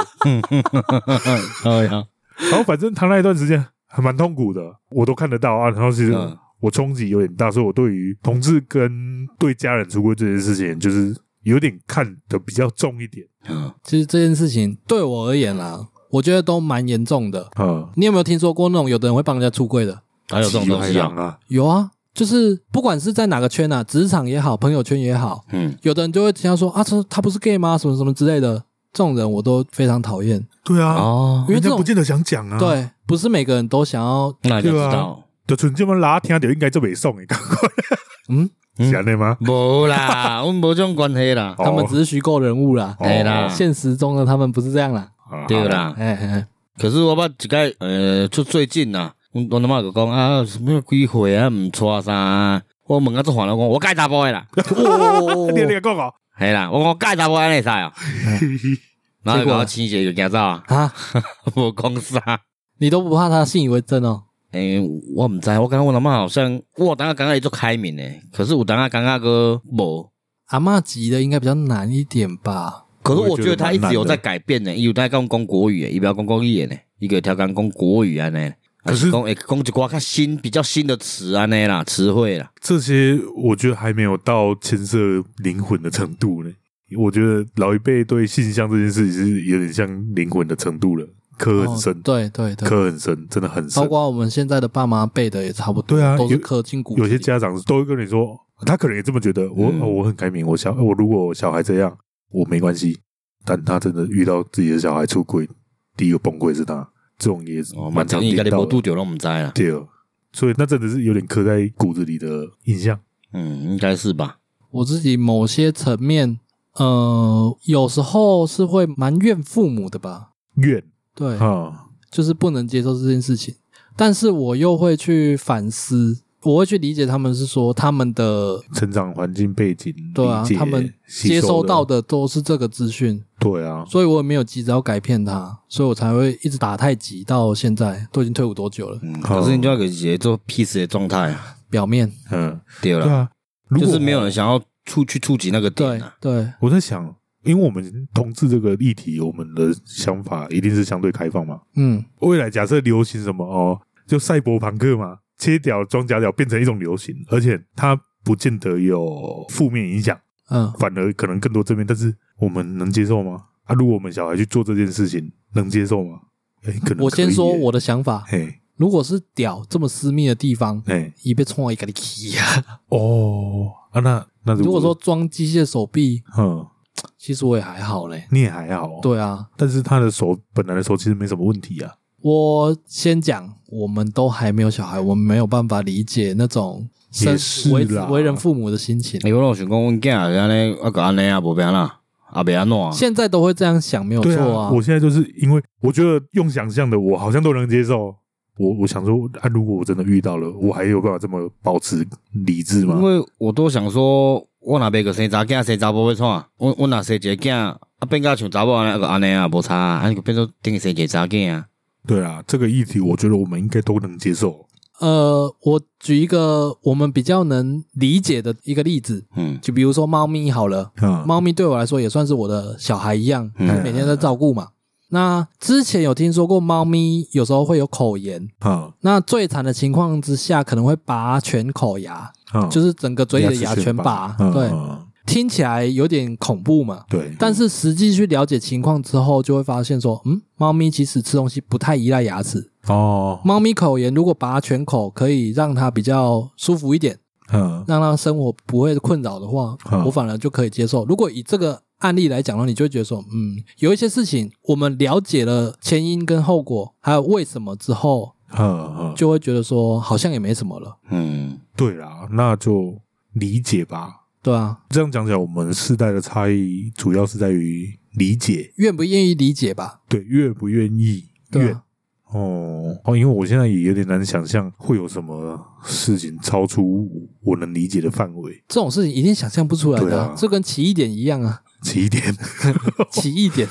哎呀，
然后反正他那一段时间还蛮痛苦的，我都看得到啊。然后其实
嗯
我冲击有点大，所以我对于同志跟对家人出轨这件事情，就是有点看得比较重一点。
嗯，
其实这件事情对我而言啦，我觉得都蛮严重的。
嗯，
你有没有听说过那种有的人会帮人家出柜的？
还有这种东西啊，
啊，
有啊，就是不管是在哪个圈啊，职场也好，朋友圈也好，
嗯，
有的人就会听他说啊，这他不是 gay 吗？什么什么之类的，这种人我都非常讨厌，
对啊，
哦，
因为
人家
这种
不见得想讲啊。，
对，不是每个人都想要，
那就知道，
就纯这么拉听到应该就没送诶，
嗯，
是安尼吗？
无啦，阮无这种关系啦，
哦
他们只是虚构人物啦，
哎
哎
对啦，
哦现实中的他们不是这样啦，
啊
嗯对，啦。
哎哎，
可是我捌一届，呃，就最近啦，阮阮阿妈就讲啊，什么几岁啊，毋娶啥啊，我问啊，做烦了，讲我改查甫的啦，
哦
好 你你讲啊，
系啦，我讲改查甫安尼会使哦，然后
结果
给我亲姐就惊走啊，
啊，
无讲啥。
你都不怕他信以为真哦？
诶、我毋知，我感觉阮阿嬷好像，我有当下感觉伊足开明诶，可是有当下感觉个无，
阿嬷级的应该比较难一点吧？
可是我觉得他一直有在
改。
改变呢，伊有在讲讲国语的，伊不要讲国语的呢，伊个调讲讲国语安尼。
可是
讲会欸讲一寡较新、比较新的词安尼啦，词汇啦。
这些我觉得还没有到牵涉灵魂的程度呢。我觉得老一辈对性向这件事情是有点像灵魂的程度了，磕很深，
哦对对对，
磕很深，真的很深
包。括我们现在的爸妈辈的也差不多，
对啊
都是
有
刻进骨子
有
里。
些家长都会跟你说，他可能也这么觉得，我、
嗯
哦我很开明，我小我如果我小孩这样，我没关系。但他真的遇到自己的小孩出轨，第一个崩溃是他，这种也是
哦，
蛮
蛮
常
正义，
听
家己
到
无拄
的。
着拢毋知啦。
对，哦所以那真的是有点刻在骨子里的印象。
嗯，应该是吧。
我自己某些层面，呃，有时候是会埋怨父母的吧？
怨
对，
啊，
就是不能接受这件事情，但是我又会去反思，我会去理解他们是说他们的
成长环境背景，
对啊
理解，
他们
吸
接收到
的，
的都是这个资讯，
对啊，
所以我也没有急着要改变它，所以我才会一直打太极到现在，都已经退伍多久了？
嗯，
好
可是你就要给自己做 peace 的状态啊。
表面
嗯，
对
对
了，
啊，如
就
果
是没有人想要触去触及那个
对
点啊。
对，
我在想，因为我们同志这个议题，我们的想法一定是相对开放嘛。
嗯，
未来假设流行什么哦，就赛博朋克嘛，切屌装假屌变成一种流行，而且它不见得有负面影响，
嗯，
反而可能更多正面。但是我们能接受吗？啊，如果我们小孩去做这件事情，能接受吗？哎，可能
我先
可以
说
耶，
我的想法，
嘿，
如果是屌这么私密的地方，
哎，
已被冲到一个气啊！
哦，啊，那那
如果说，装机械手臂，
嗯。
其实我也还好嘞。
你也还好、哦，
对啊，
但是他的手本来的手其实没什么问题啊。
我先讲，我们都还没有小孩，我们没有办法理解那种
也
身
是
为
啦
为人父母的心情。
你我老想讲，阮囝安尼，我搞安尼啊，无变啦，啊别安怎啊。
现在都会这样想，没有啊
对啊
错
我现在就是因为我觉得用想象的，我好像都能接受。我我想说，啊，如果我真的遇到了，我还有办法这么保持理
啊
智
因
吗？
为我都想说，我若别个生查囝，生查某要创，啊我我若生一个囝，啊变甲像查某安尼，个安尼啊，无差啊，啊变做等于生一个查囝啊。
对啊，这个议题我觉得我们应该都能接受。
呃，我举一个我们比较能理解的一个例子，
嗯，
就比如说猫咪好了，
啊，
猫咪对我来说也算是我的小孩一样，
嗯
每天在照顾嘛。那之前有听说过，猫咪有时候会有口炎，
啊
那最惨的情况之下，可能会拔全口牙，
啊，
就是是整个嘴里的嗯牙全拔。嗯对，听起来有点恐怖嘛。
嗯对，
但是实际去了解情况之后，就会发现说，嗯，猫咪其实吃东西不太依赖牙齿。
哦，
猫咪口炎如果拔全口，可以让它比较舒服一点，
嗯
让它生活不会困扰的话
嗯，
我反而就可以接受。如果以这个案例来讲的话，你就会觉得说，嗯，有一些事情我们了解了前因跟后果，还有为什么之后，
嗯嗯，
就会觉得说好像也没什么了。
嗯，
对啦，那就理解吧。
对啊，
这样讲起来，我们世代的差异主要是在于理解，
愿不愿意理解吧？
对，愿不愿意，
对
愿
啊，
哦哦，因为我现在也有点难想象会有什么事情超出我能理解的范围。
这种事情一定想象不出来
对
的、
啊
这跟奇异点一样 啊，
起 点，
奇异 点，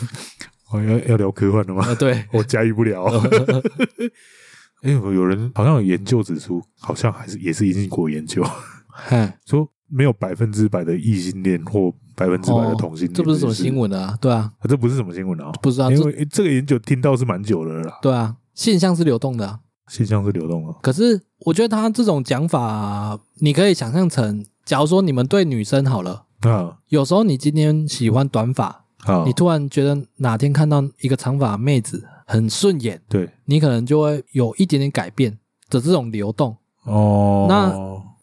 哦，要要聊科幻的吗？
呃，对，
我驾驭不 了。因为有人好像有研究指出，好像还是也是英国研究
嘿，
说，没有百分之百的异性恋或百分之百的同性恋、
哦这不是什么新、闻啊，对啊，
啊，这不是什么新闻啊、
不知道，
因
这
为这个研究听到是蛮久的了啦，
对啊，现象是流动的、啊，
现象是流动的。
可是我觉得他这种讲法、你可以想象成，假如说你们对女生好了，
啊
有时候你今天喜欢短发，
啊
你，突然觉得哪天看到一个长发妹子很顺眼，
对
你可能就会有一点点改变的这种流动。
哦，
那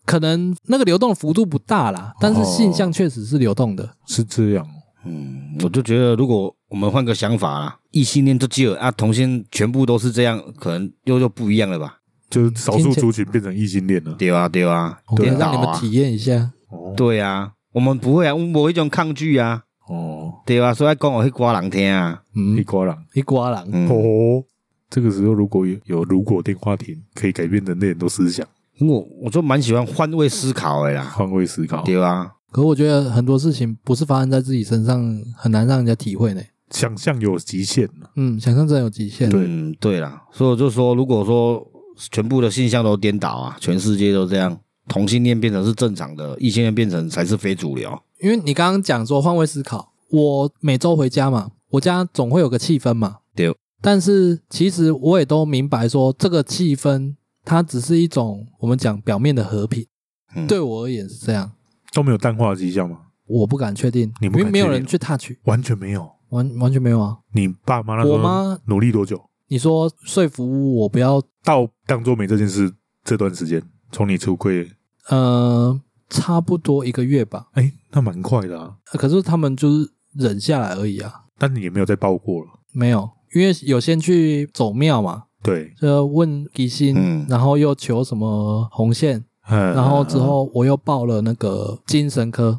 可能那个流动的幅度不大啦，但是性向确实是流动的。
是这样哦。
嗯，我就觉得如果我们换个想法啦，异性恋就只有啊，同性全部都是这样，可能又又不一样了吧？
就是少数
嗯听起来
族群变成异性恋了。
对啊，对啊，
我可以
颠倒
让你们
啊，
体验一下，
哦
对啊，我们不会啊，我们无一种抗拒啊，
哦，
对啊，所以讲我迄歌人听啊，
一
嗯，
瓜郎
一瓜狼，
嗯，
哦，这个时候如果有有如果电话亭，可以改变人类很多思想，
因为我我就蛮喜欢换位思考
啊
的啦，
换位思考，
对啊，
可我觉得很多事情不是发生在自己身上，很难让人家体会呢。
想象有极限了。
嗯，想象真的有极限。
对
嗯，对啦，所以我就说，如果说全部的现象都颠倒啊，全世界都这样，同性恋变成是正常的，异性恋变成才是非主流。
因为你刚刚讲说换位思考，我每周回家嘛，我家总会有个气氛嘛。
对。
但是其实我也都明白说，这个气氛它只是一种我们讲表面的和平。
嗯
对我而言是这样，
都没有淡化的迹象吗？
我不敢确定，
你不敢
因为没有
确定
人去 touch，
完全没有。
完完全没有啊。
你爸妈那时
我
候
妈
努力多久？
你说说服我不要，
到当做没这件事这段时间，从你出柜，
呃，差不多一个月吧。
哎、那蛮快的啊。
呃可是他们就是忍下来而已啊，
但你也没有再爆过了，
没有，因为有先去走庙嘛，
对，
就问吉星，
嗯
然后又求什么红线，
嗯
然后之，后我又报了那个精神科。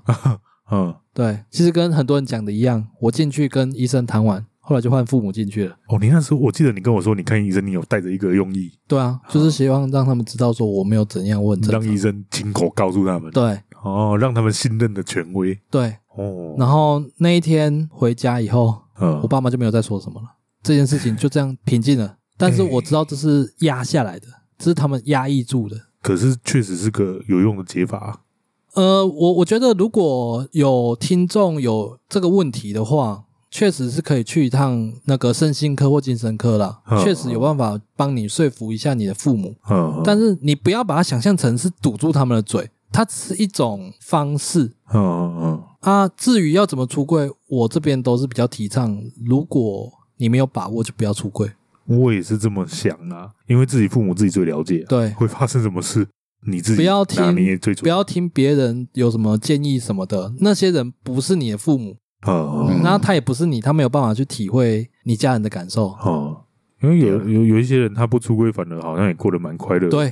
嗯，
对，其实跟很多人讲的一样，我进去跟医生谈完，后来就换父母进去了。
哦，你那时候我记得你跟我说，你看医生，你有带着一个用意，
对啊，就是希望让他们知道说我没有怎样，我很正
让
常。
医生亲口告诉他们，
对
哦，让他们信任的权威，
对，
哦，
然后那一天回家以后，
嗯
我爸妈就没有再说什么了，这件事情就这样平静了。但是我知道这是压下来的，这是他们压抑住的。
可是确实是个有用的解法啊，
呃，我我觉得如果有听众有这个问题的话，确实是可以去一趟那个身心科或精神科啦，
嗯
确实有办法帮你说服一下你的父母。
嗯，
但是你不要把它想象成是堵住他们的嘴，它只是一种方式
嗯嗯嗯，
啊。至于要怎么出柜，我这边都是比较提倡，如果你没有把握，就不要出柜。
我也是这么想啊，因为自己父母自己最了解、啊，
对，
会发生什么事，你自己
不要听
拿捏最
不
准，
要听别人有什么建议什么的，那些人不是你的父母，
嗯嗯
嗯
然后他也不是你，他没有办法去体会你家人的感受。
嗯，因为有有有一些人他不出轨，反而好像也过得蛮快乐的，
啊对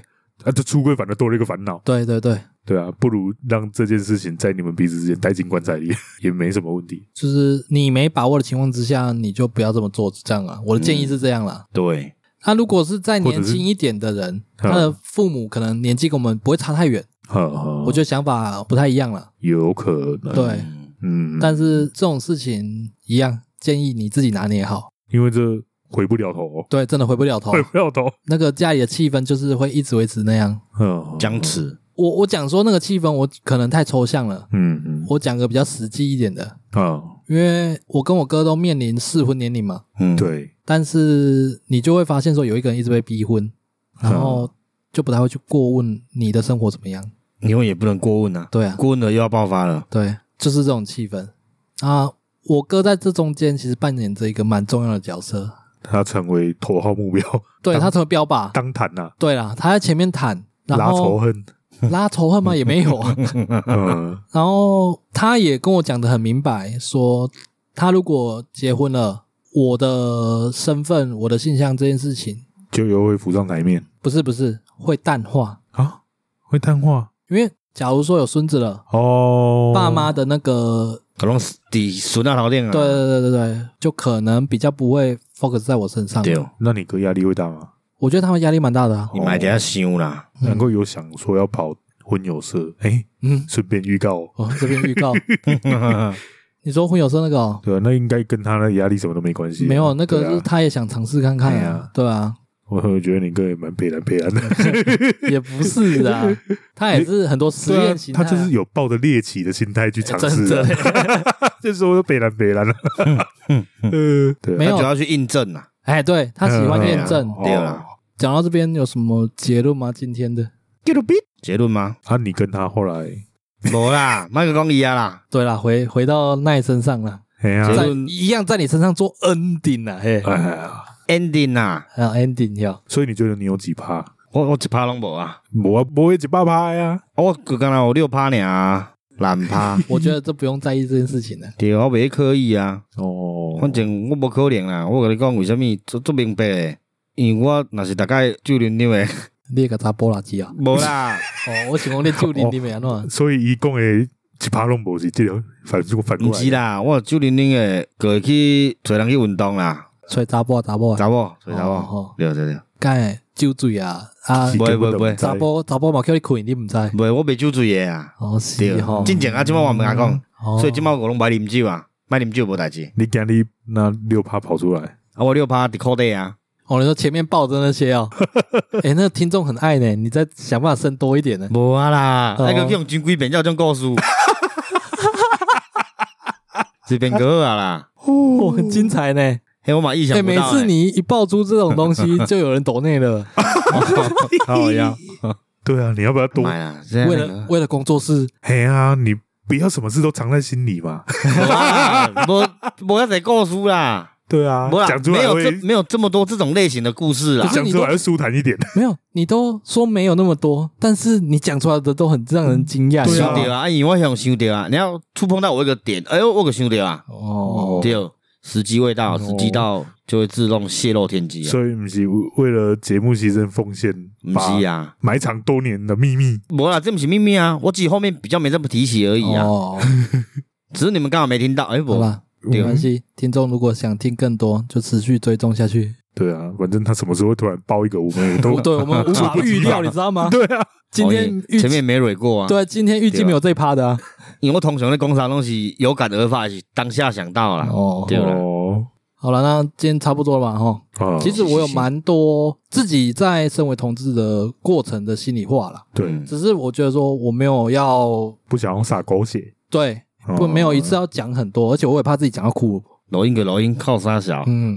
啊，这出轨反而多了一个烦恼，
对对对，
对啊，不如让这件事情在你们彼此之间带进棺材里 也没什么问题。
就是你没把握的情况之下，你就不要这么做，这样啊。我的建议是这样啦。
对，
他、如果是再
或者
年
是
轻一点的人，
嗯
他的父母可能年纪跟我们不会差太远，
我
我觉得想法不太一样了。
嗯有可能，
对，
嗯
嗯，
但是这种事情一样，建议你自己拿捏好。
因为这回不了头，
对，真的回不了头
回，不了头，
那个家里的气氛就是会一直维持那样。
嗯，
僵持，
我我讲说那个气氛，我可能太抽象了。
嗯嗯
我讲个比较实际一点的，
啊，
因为我跟我哥都面临适婚年龄嘛，
嗯，
对，
但是你就会发现说有一个人一直被逼婚，然
嗯
后就不太会去过问你的生活怎么样。
因为也不能过问啊，
对啊，
过问了又要爆发了，
对，就是这种气氛啊。我哥在这中间其实扮演着一个蛮重要的角色，
他成为头号目标，
对
当
他成为标靶。
当谈呐，
对啦，他在前面谈，然
拉仇
后
恨，
拉仇恨吗？也没有啊。
嗯
然后他也跟我讲的很明白，说他如果结婚了，我的身份、我的性向这件事情，
就又会浮上台面
不是不是会淡化，
啊，会淡化
因为假如说有孙子了，
哦，嗯
爸妈的那个，
可能是底损啊头顶啊，
对对对对对，就可能比较不会 focus 在我身上。
对，
那你哥压力会大吗？
我觉得他们压力蛮大的、啊。
哦
你买点要想啦，
嗯
能够有想说要跑婚友社，哎，
嗯，
顺便预告哦，
哦，这边预 告，哦 你说婚友社那个、哦、
对啊，那应该跟他的压力什么都没关系啊。
没有，那
对
个
啊
是他也想尝试看看
哎
啊
呀，
对啊，
我我觉得你哥也蛮北蓝北 啊蓝的，
也不是啊， 他也是很多实
对啊
验，型态
他
啊，
就是有抱着猎奇的心态去尝
真
试
的
啊， 就是说北蓝北啊蓝了。 呃，对啊，
没
他
有
就要去印证啦，
哎，对他喜欢验证。
嗯
对
哦
啦，
讲到这边有什么结论吗？今天的？
结论 吗？
啊，你跟他后来，
无啦，麦克讲伊啊啦，
对啦，回回到奈身上了，
哎呀
结，
在
论嗯
一样在你身上做 ending 啊，嘿，
哎呀，
ending 啦，
还有 ending 要
所以你觉得你有几趴？
我我一趴拢无啊，
我不会几八趴呀，
啊我刚刚有六趴尔，懒
，
趴
我觉得这不用在意这件事情了。
对，我袂刻意啊。
哦，
反正我无可能啦，我甲你讲为什物做做明白的，因为我若是大概九零六 的，
你个查波拉机啊！
无 啦，
哦，我想讲你九零你没安
哦
怎？
所以一共诶几趴拢无是这条反反过
毋
来
是，啦，我九零六的，就会去找人去运动啦，
吹查波查波，
查某找查
哦
某
哦，
对对对，
干酒醉啊啊！
是根本都
不会
不知道
查波查波嘛叫你困，你唔知？
袂我袂酒醉的啊，
哦，
对
是吼，，
真正啊，即摆我毋敢讲，
哦
所以即摆我拢歹啉酒啊，歹啉酒无代志，
你今日那六趴跑出来，
啊我六趴伫裤底啊，
哦，你说前面抱着那 些哦，哎，那个听众很爱呢，你再想办法生多一点呢。
无啊啦，
哦
那个用真几遍才有这种故事，这边哥啊啦，
哦，很精彩呢！
嘿，我嘛意想
哎，
不
每
到、
次你一爆出这种东西，就有人抖内了。
好 呀，
对啊，你要不要多？
买了，
为了为了工作室，
嘿啊，你不要什么事都藏在心里 嘛。
我我要得告诉啦，
对啊
没啦
讲出
没
来
有这
会
没有这么多这种类型的故事啦
可。是
讲
你
出
都
来会舒坦一点。
没有，你都说没有那么多，但是你讲出来的都很让人惊讶。
对
想
啊
到啊，因为我想想到啊，你要触碰到我一个点，哎呦，我可想到啊，
哦，
对，时机未到，
哦
时机到就会自动泄露天机啊，
所以不是为了节目牺牲奉献，
不是
把
啊，
埋藏多年的秘密。
没啦，这不是秘密啊，我只是后面比较没这么提起而已啊，
哦，
只是你们刚好没听到，哎，
好
我
吧，没关
嗯
系。听众如果想听更多，就持续追踪下去。
对啊，反正他什么时候会突然爆一个，我 们也都
不对，我们无法预料，你知道吗？
对啊，
今天
哦
预
前
计
面没蕊过啊，
对，今天预计没有这一趴的啊。
因为我通常在工厂东西有感而发，是当下想到啦。
哦
啊对啦，
哦
好了，那今天差不多了吧？哈，
啊，
其实我有蛮多自己在身为同志的过程的心里话啦，
对，
嗯
只是我觉得说我没有要
不想要撒狗血，
对，不
哦
没有一次要讲很多，而且我也怕自己讲到哭。
录音个录音靠啥小？
嗯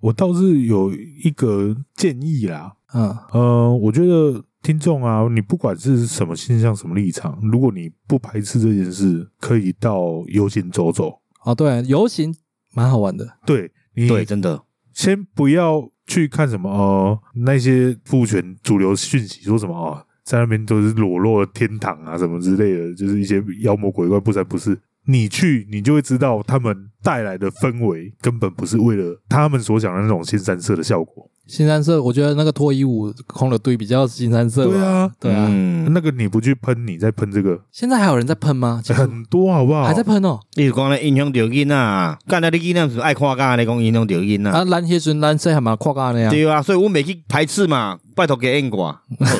我倒是有一个建议啦，
嗯，
呃，我觉得听众啊，你不管是什么现象、什么立场，如果你不排斥这件事，可以到游行走走。
哦对，游行蛮好玩的，
对你
对，真的，
先不要去看什么呃那些父权主流讯息，说什么啊、在那边都是裸露的天堂啊什么之类的，就是一些妖魔鬼怪不三不四。你去，你就会知道他们带来的氛围根本不是为了他们所想的那种新三色的效果。
新三社我觉得那个脱衣舞空的队比较新三社吧。
对啊
对啊，
嗯，
那个你不去喷，你在喷这个
现在还有人在喷吗？其实
很多好不好？
还在喷哦。
你是讲咧影响着囡仔啊，干了你囡仔是爱看干，你讲影响着囡仔。
啊，蓝鞋孙蓝色还蛮夸张的呀。
对啊，所以我每去排斥嘛，拜托给演我，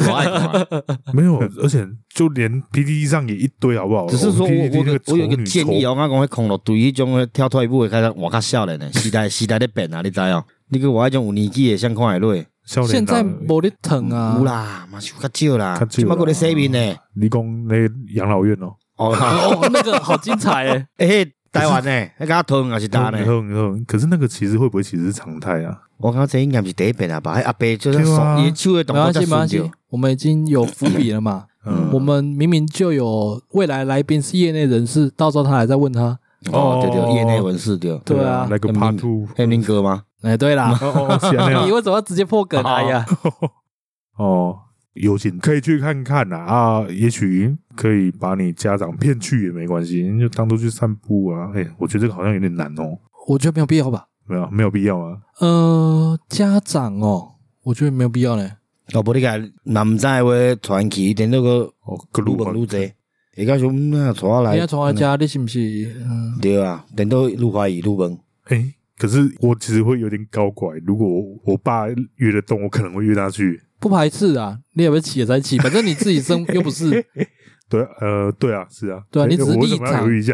我爱看。
没有，而且就连 PPT 上也一堆，好不好？
只是说我
们 PTT
我
那
有我有一
丑
个
女
建议
丑
哦，我讲迄恐龙对迄种的跳退步的开始我较少年呢，时代时代咧变啊，你知哦？你个我迄种有年纪的想看会落，
少年
现在
郎
没得疼啊。
有啦，嘛是有较少啦
较少，啦啊
即摆个咧洗面呢。
你讲那个养老院哦，
哦，
哦，那个好精彩哎！
诶，迄台湾呢，迄个汤也是打呢
嗯。嗯嗯可是那个其实会不会其实是常态啊？
我感觉这应该不是第一遍啊吧？那阿伯就是
对啊
手，伊手的
没
动作
关系，
才
没
顺
关系
着。，
我们已经有伏笔了嘛。
嗯，
我们明明就有未来来宾是业内人士，到时候他还在问他。
哦，对
哦
对，业内文士对。
对啊
那个
很
Part
明
Two，
还有林哥吗？
哎，对啦，
哦哦，是 那
你
样
为什么要直接破梗？哎呀，
哦，有请可以去看看啦啊，也许可以把你家长骗去也没关系，你就当做去散步啊。哎，我觉得这个好像有点难哦，
我觉得没有必要吧。
没有没有必要啊。
呃，家长哦，我觉得没有必要呢。
哦，无你甲男知的话传奇，等那个
哦，
愈问愈济，会甲想嗯啊，带
哎
你要
来
从他家，你是不是？嗯，
对啊，等到愈怀疑愈问。
哎，可是我其实会有点搞怪，如果我我爸约得动，我可能会约他去。
不排斥啊，你也不起也 在起，反正你自己生又不是。
对啊，呃，对啊，是啊，
对啊
哎
你只是
我为什么
立
要
场
犹豫一下？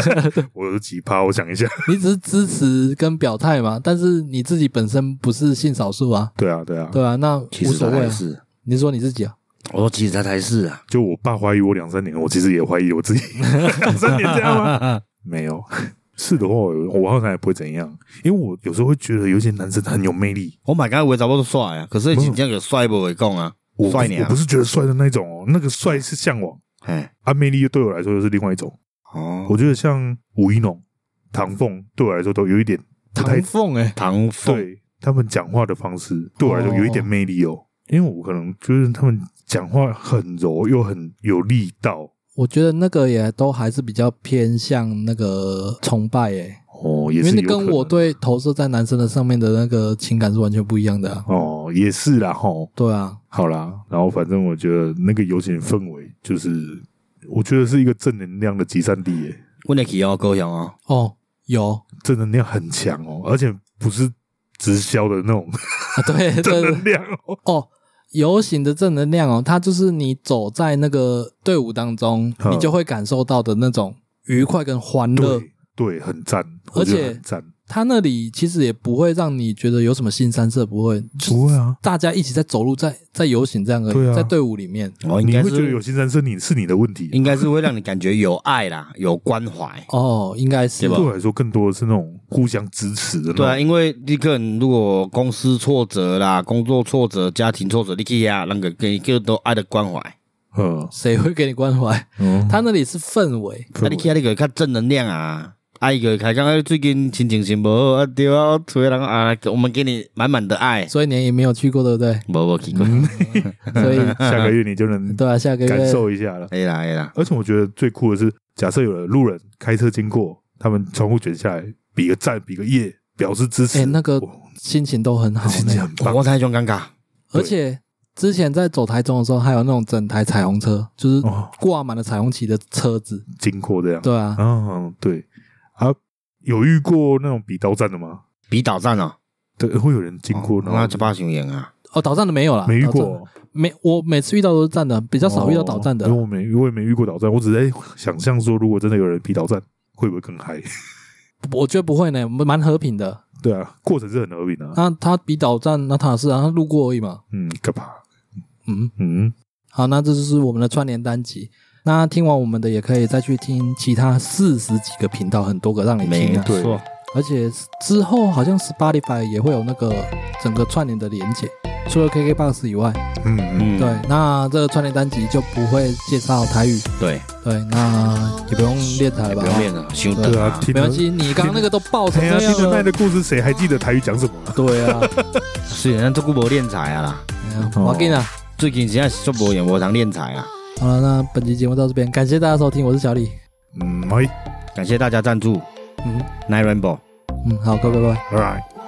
我有几趴，我想一下。
你只是支持跟表态嘛，但是你自己本身不是性少数啊，
对啊，对啊，
对啊，那
其
无
实
所
他
谓、
才
啊。
是，
你说你自己啊？
我说其实他才是 啊。
就我爸怀疑我两三年，我其实也怀疑我自己两三年这 样
啊
吗？没有， 是的话，我好像也不会怎样，因为我有时候会觉得有些男生很有魅力，
我买刚为差不多帅啊，可是真正有帅不会讲啊
我，不
帅你
我
啊
不，是觉得帅的那种哦，那个帅是向往，
哎，
啊，魅力对我来说又是另外一种。
哦，
我觉得像吴一农、唐凤对我来说都有一点不太
唐凤哎、
唐凤，
对他们讲话的方式，对我来说有一点魅力哦，因为我可能觉得他们讲话很柔又很有力道
我觉得那个也都还是比较偏向那个崇拜哎、
哦，也
因为
是
你
有可
跟
能
我对投射在男生的上面的那个情感是完全不一样的、啊。
哦也是啦吼，
对啊，
好啦，然后反正我觉得那个游行氛围就是。我觉得是一个正能量的集散地耶，
阮会去哦，高雄哦，
哦，有啊，
正能量很强哦，而且不是直销的那种
啊 对对
正
对
能量 哦。
哦，游行的正能量哦，它就是你走在那个队伍当中，
嗯
你就会感受到的那种愉快跟欢乐。
对对，很赞，
而
我觉得
且
很赞。
他那里其实也不会让你觉得有什么新三色，不会，就是
不会啊，
大家一起在走路，在在游行这样而已，
对啊
在队伍里面。
哦，应
你
该
会觉得有
是
新三色，你是你的问题。
应该是会让你感觉有爱 啦，有关怀。
哦，应该是
对吧
对我来说，更多的是那种互相支持的那种。
对啊，因为你可能如果公司挫折啦、工作挫折、家庭挫折，你去啊，那个给你更多爱的关怀。
嗯，
谁会给你关怀？
嗯，
他那里是氛围，
啊，你去啊，你个较正能量啊。啊，伊个开讲，啊最近心情是无好啊，对啊，厝的人啊，我们给你满满的爱。
所以你也没有去过，对不对？
无无去过，
嗯所以
下个月你就 能
对啊，下个
感
月
受一下了。
会啦会啦，
而且我觉得最酷的是，假设有人路人开车经过，他们窗户卷下来，比个赞，比个耶，表示支持。
哎那个哦
哇
心情都很好
心情
呢。
很
哇
棒。
我才种尴尬。
而且之前在走台中的时候，还有那种整台彩虹车，就是
哦，
挂满了彩虹旗的车子。
经过这样。
对啊，
嗯，对啊，有遇过那种比刀战的吗？
比岛站哦，
对，会有人经过，然
那
后
就怕熊赢啊。
哦，岛站的没有啦，
没遇
岛站
过
的，，没我每次遇到都是站的，比
比
较少遇到岛站的
因
啦。
为我没，我也没遇过岛站，我只是在想象说，如果真的有人比岛站，会不会更嗨？
我觉得不会呢，蛮和平的。
对啊，过程是很和平的啊。
那他比岛站，那他是啊，他路过而已嘛。
嗯，干嘛？
嗯，
嗯，
好，那这就是我们的串联单集。那听完我们的，也可以再去听其他四十几个频道，很多个让你
没
听啊。
对
错，
而且之后好像 Spotify 也会有那个整个串联的连接，除了 KKBox 以外，
嗯
嗯，
嗯，
对，那这个串联单集就不会介绍台语，
对，
对，那也不用练台吧
不，用练了，修
对
对啊，听
没
了
关，系，你刚刚那个都爆成
哎呀，
那
听
样
了
了
麦，的故事，谁还记得台语讲什么啊？
对啊，
虽然这久无练才啊啦，
我跟你讲，
最近现在做无用，无通练才啊。
啊好了，那本期节目到这边，感谢大家收听，我是小李，
嗯，哎
感谢大家赞助
嗯
，Nine Rainbow。
嗯，好，各位拜拜。
，All right。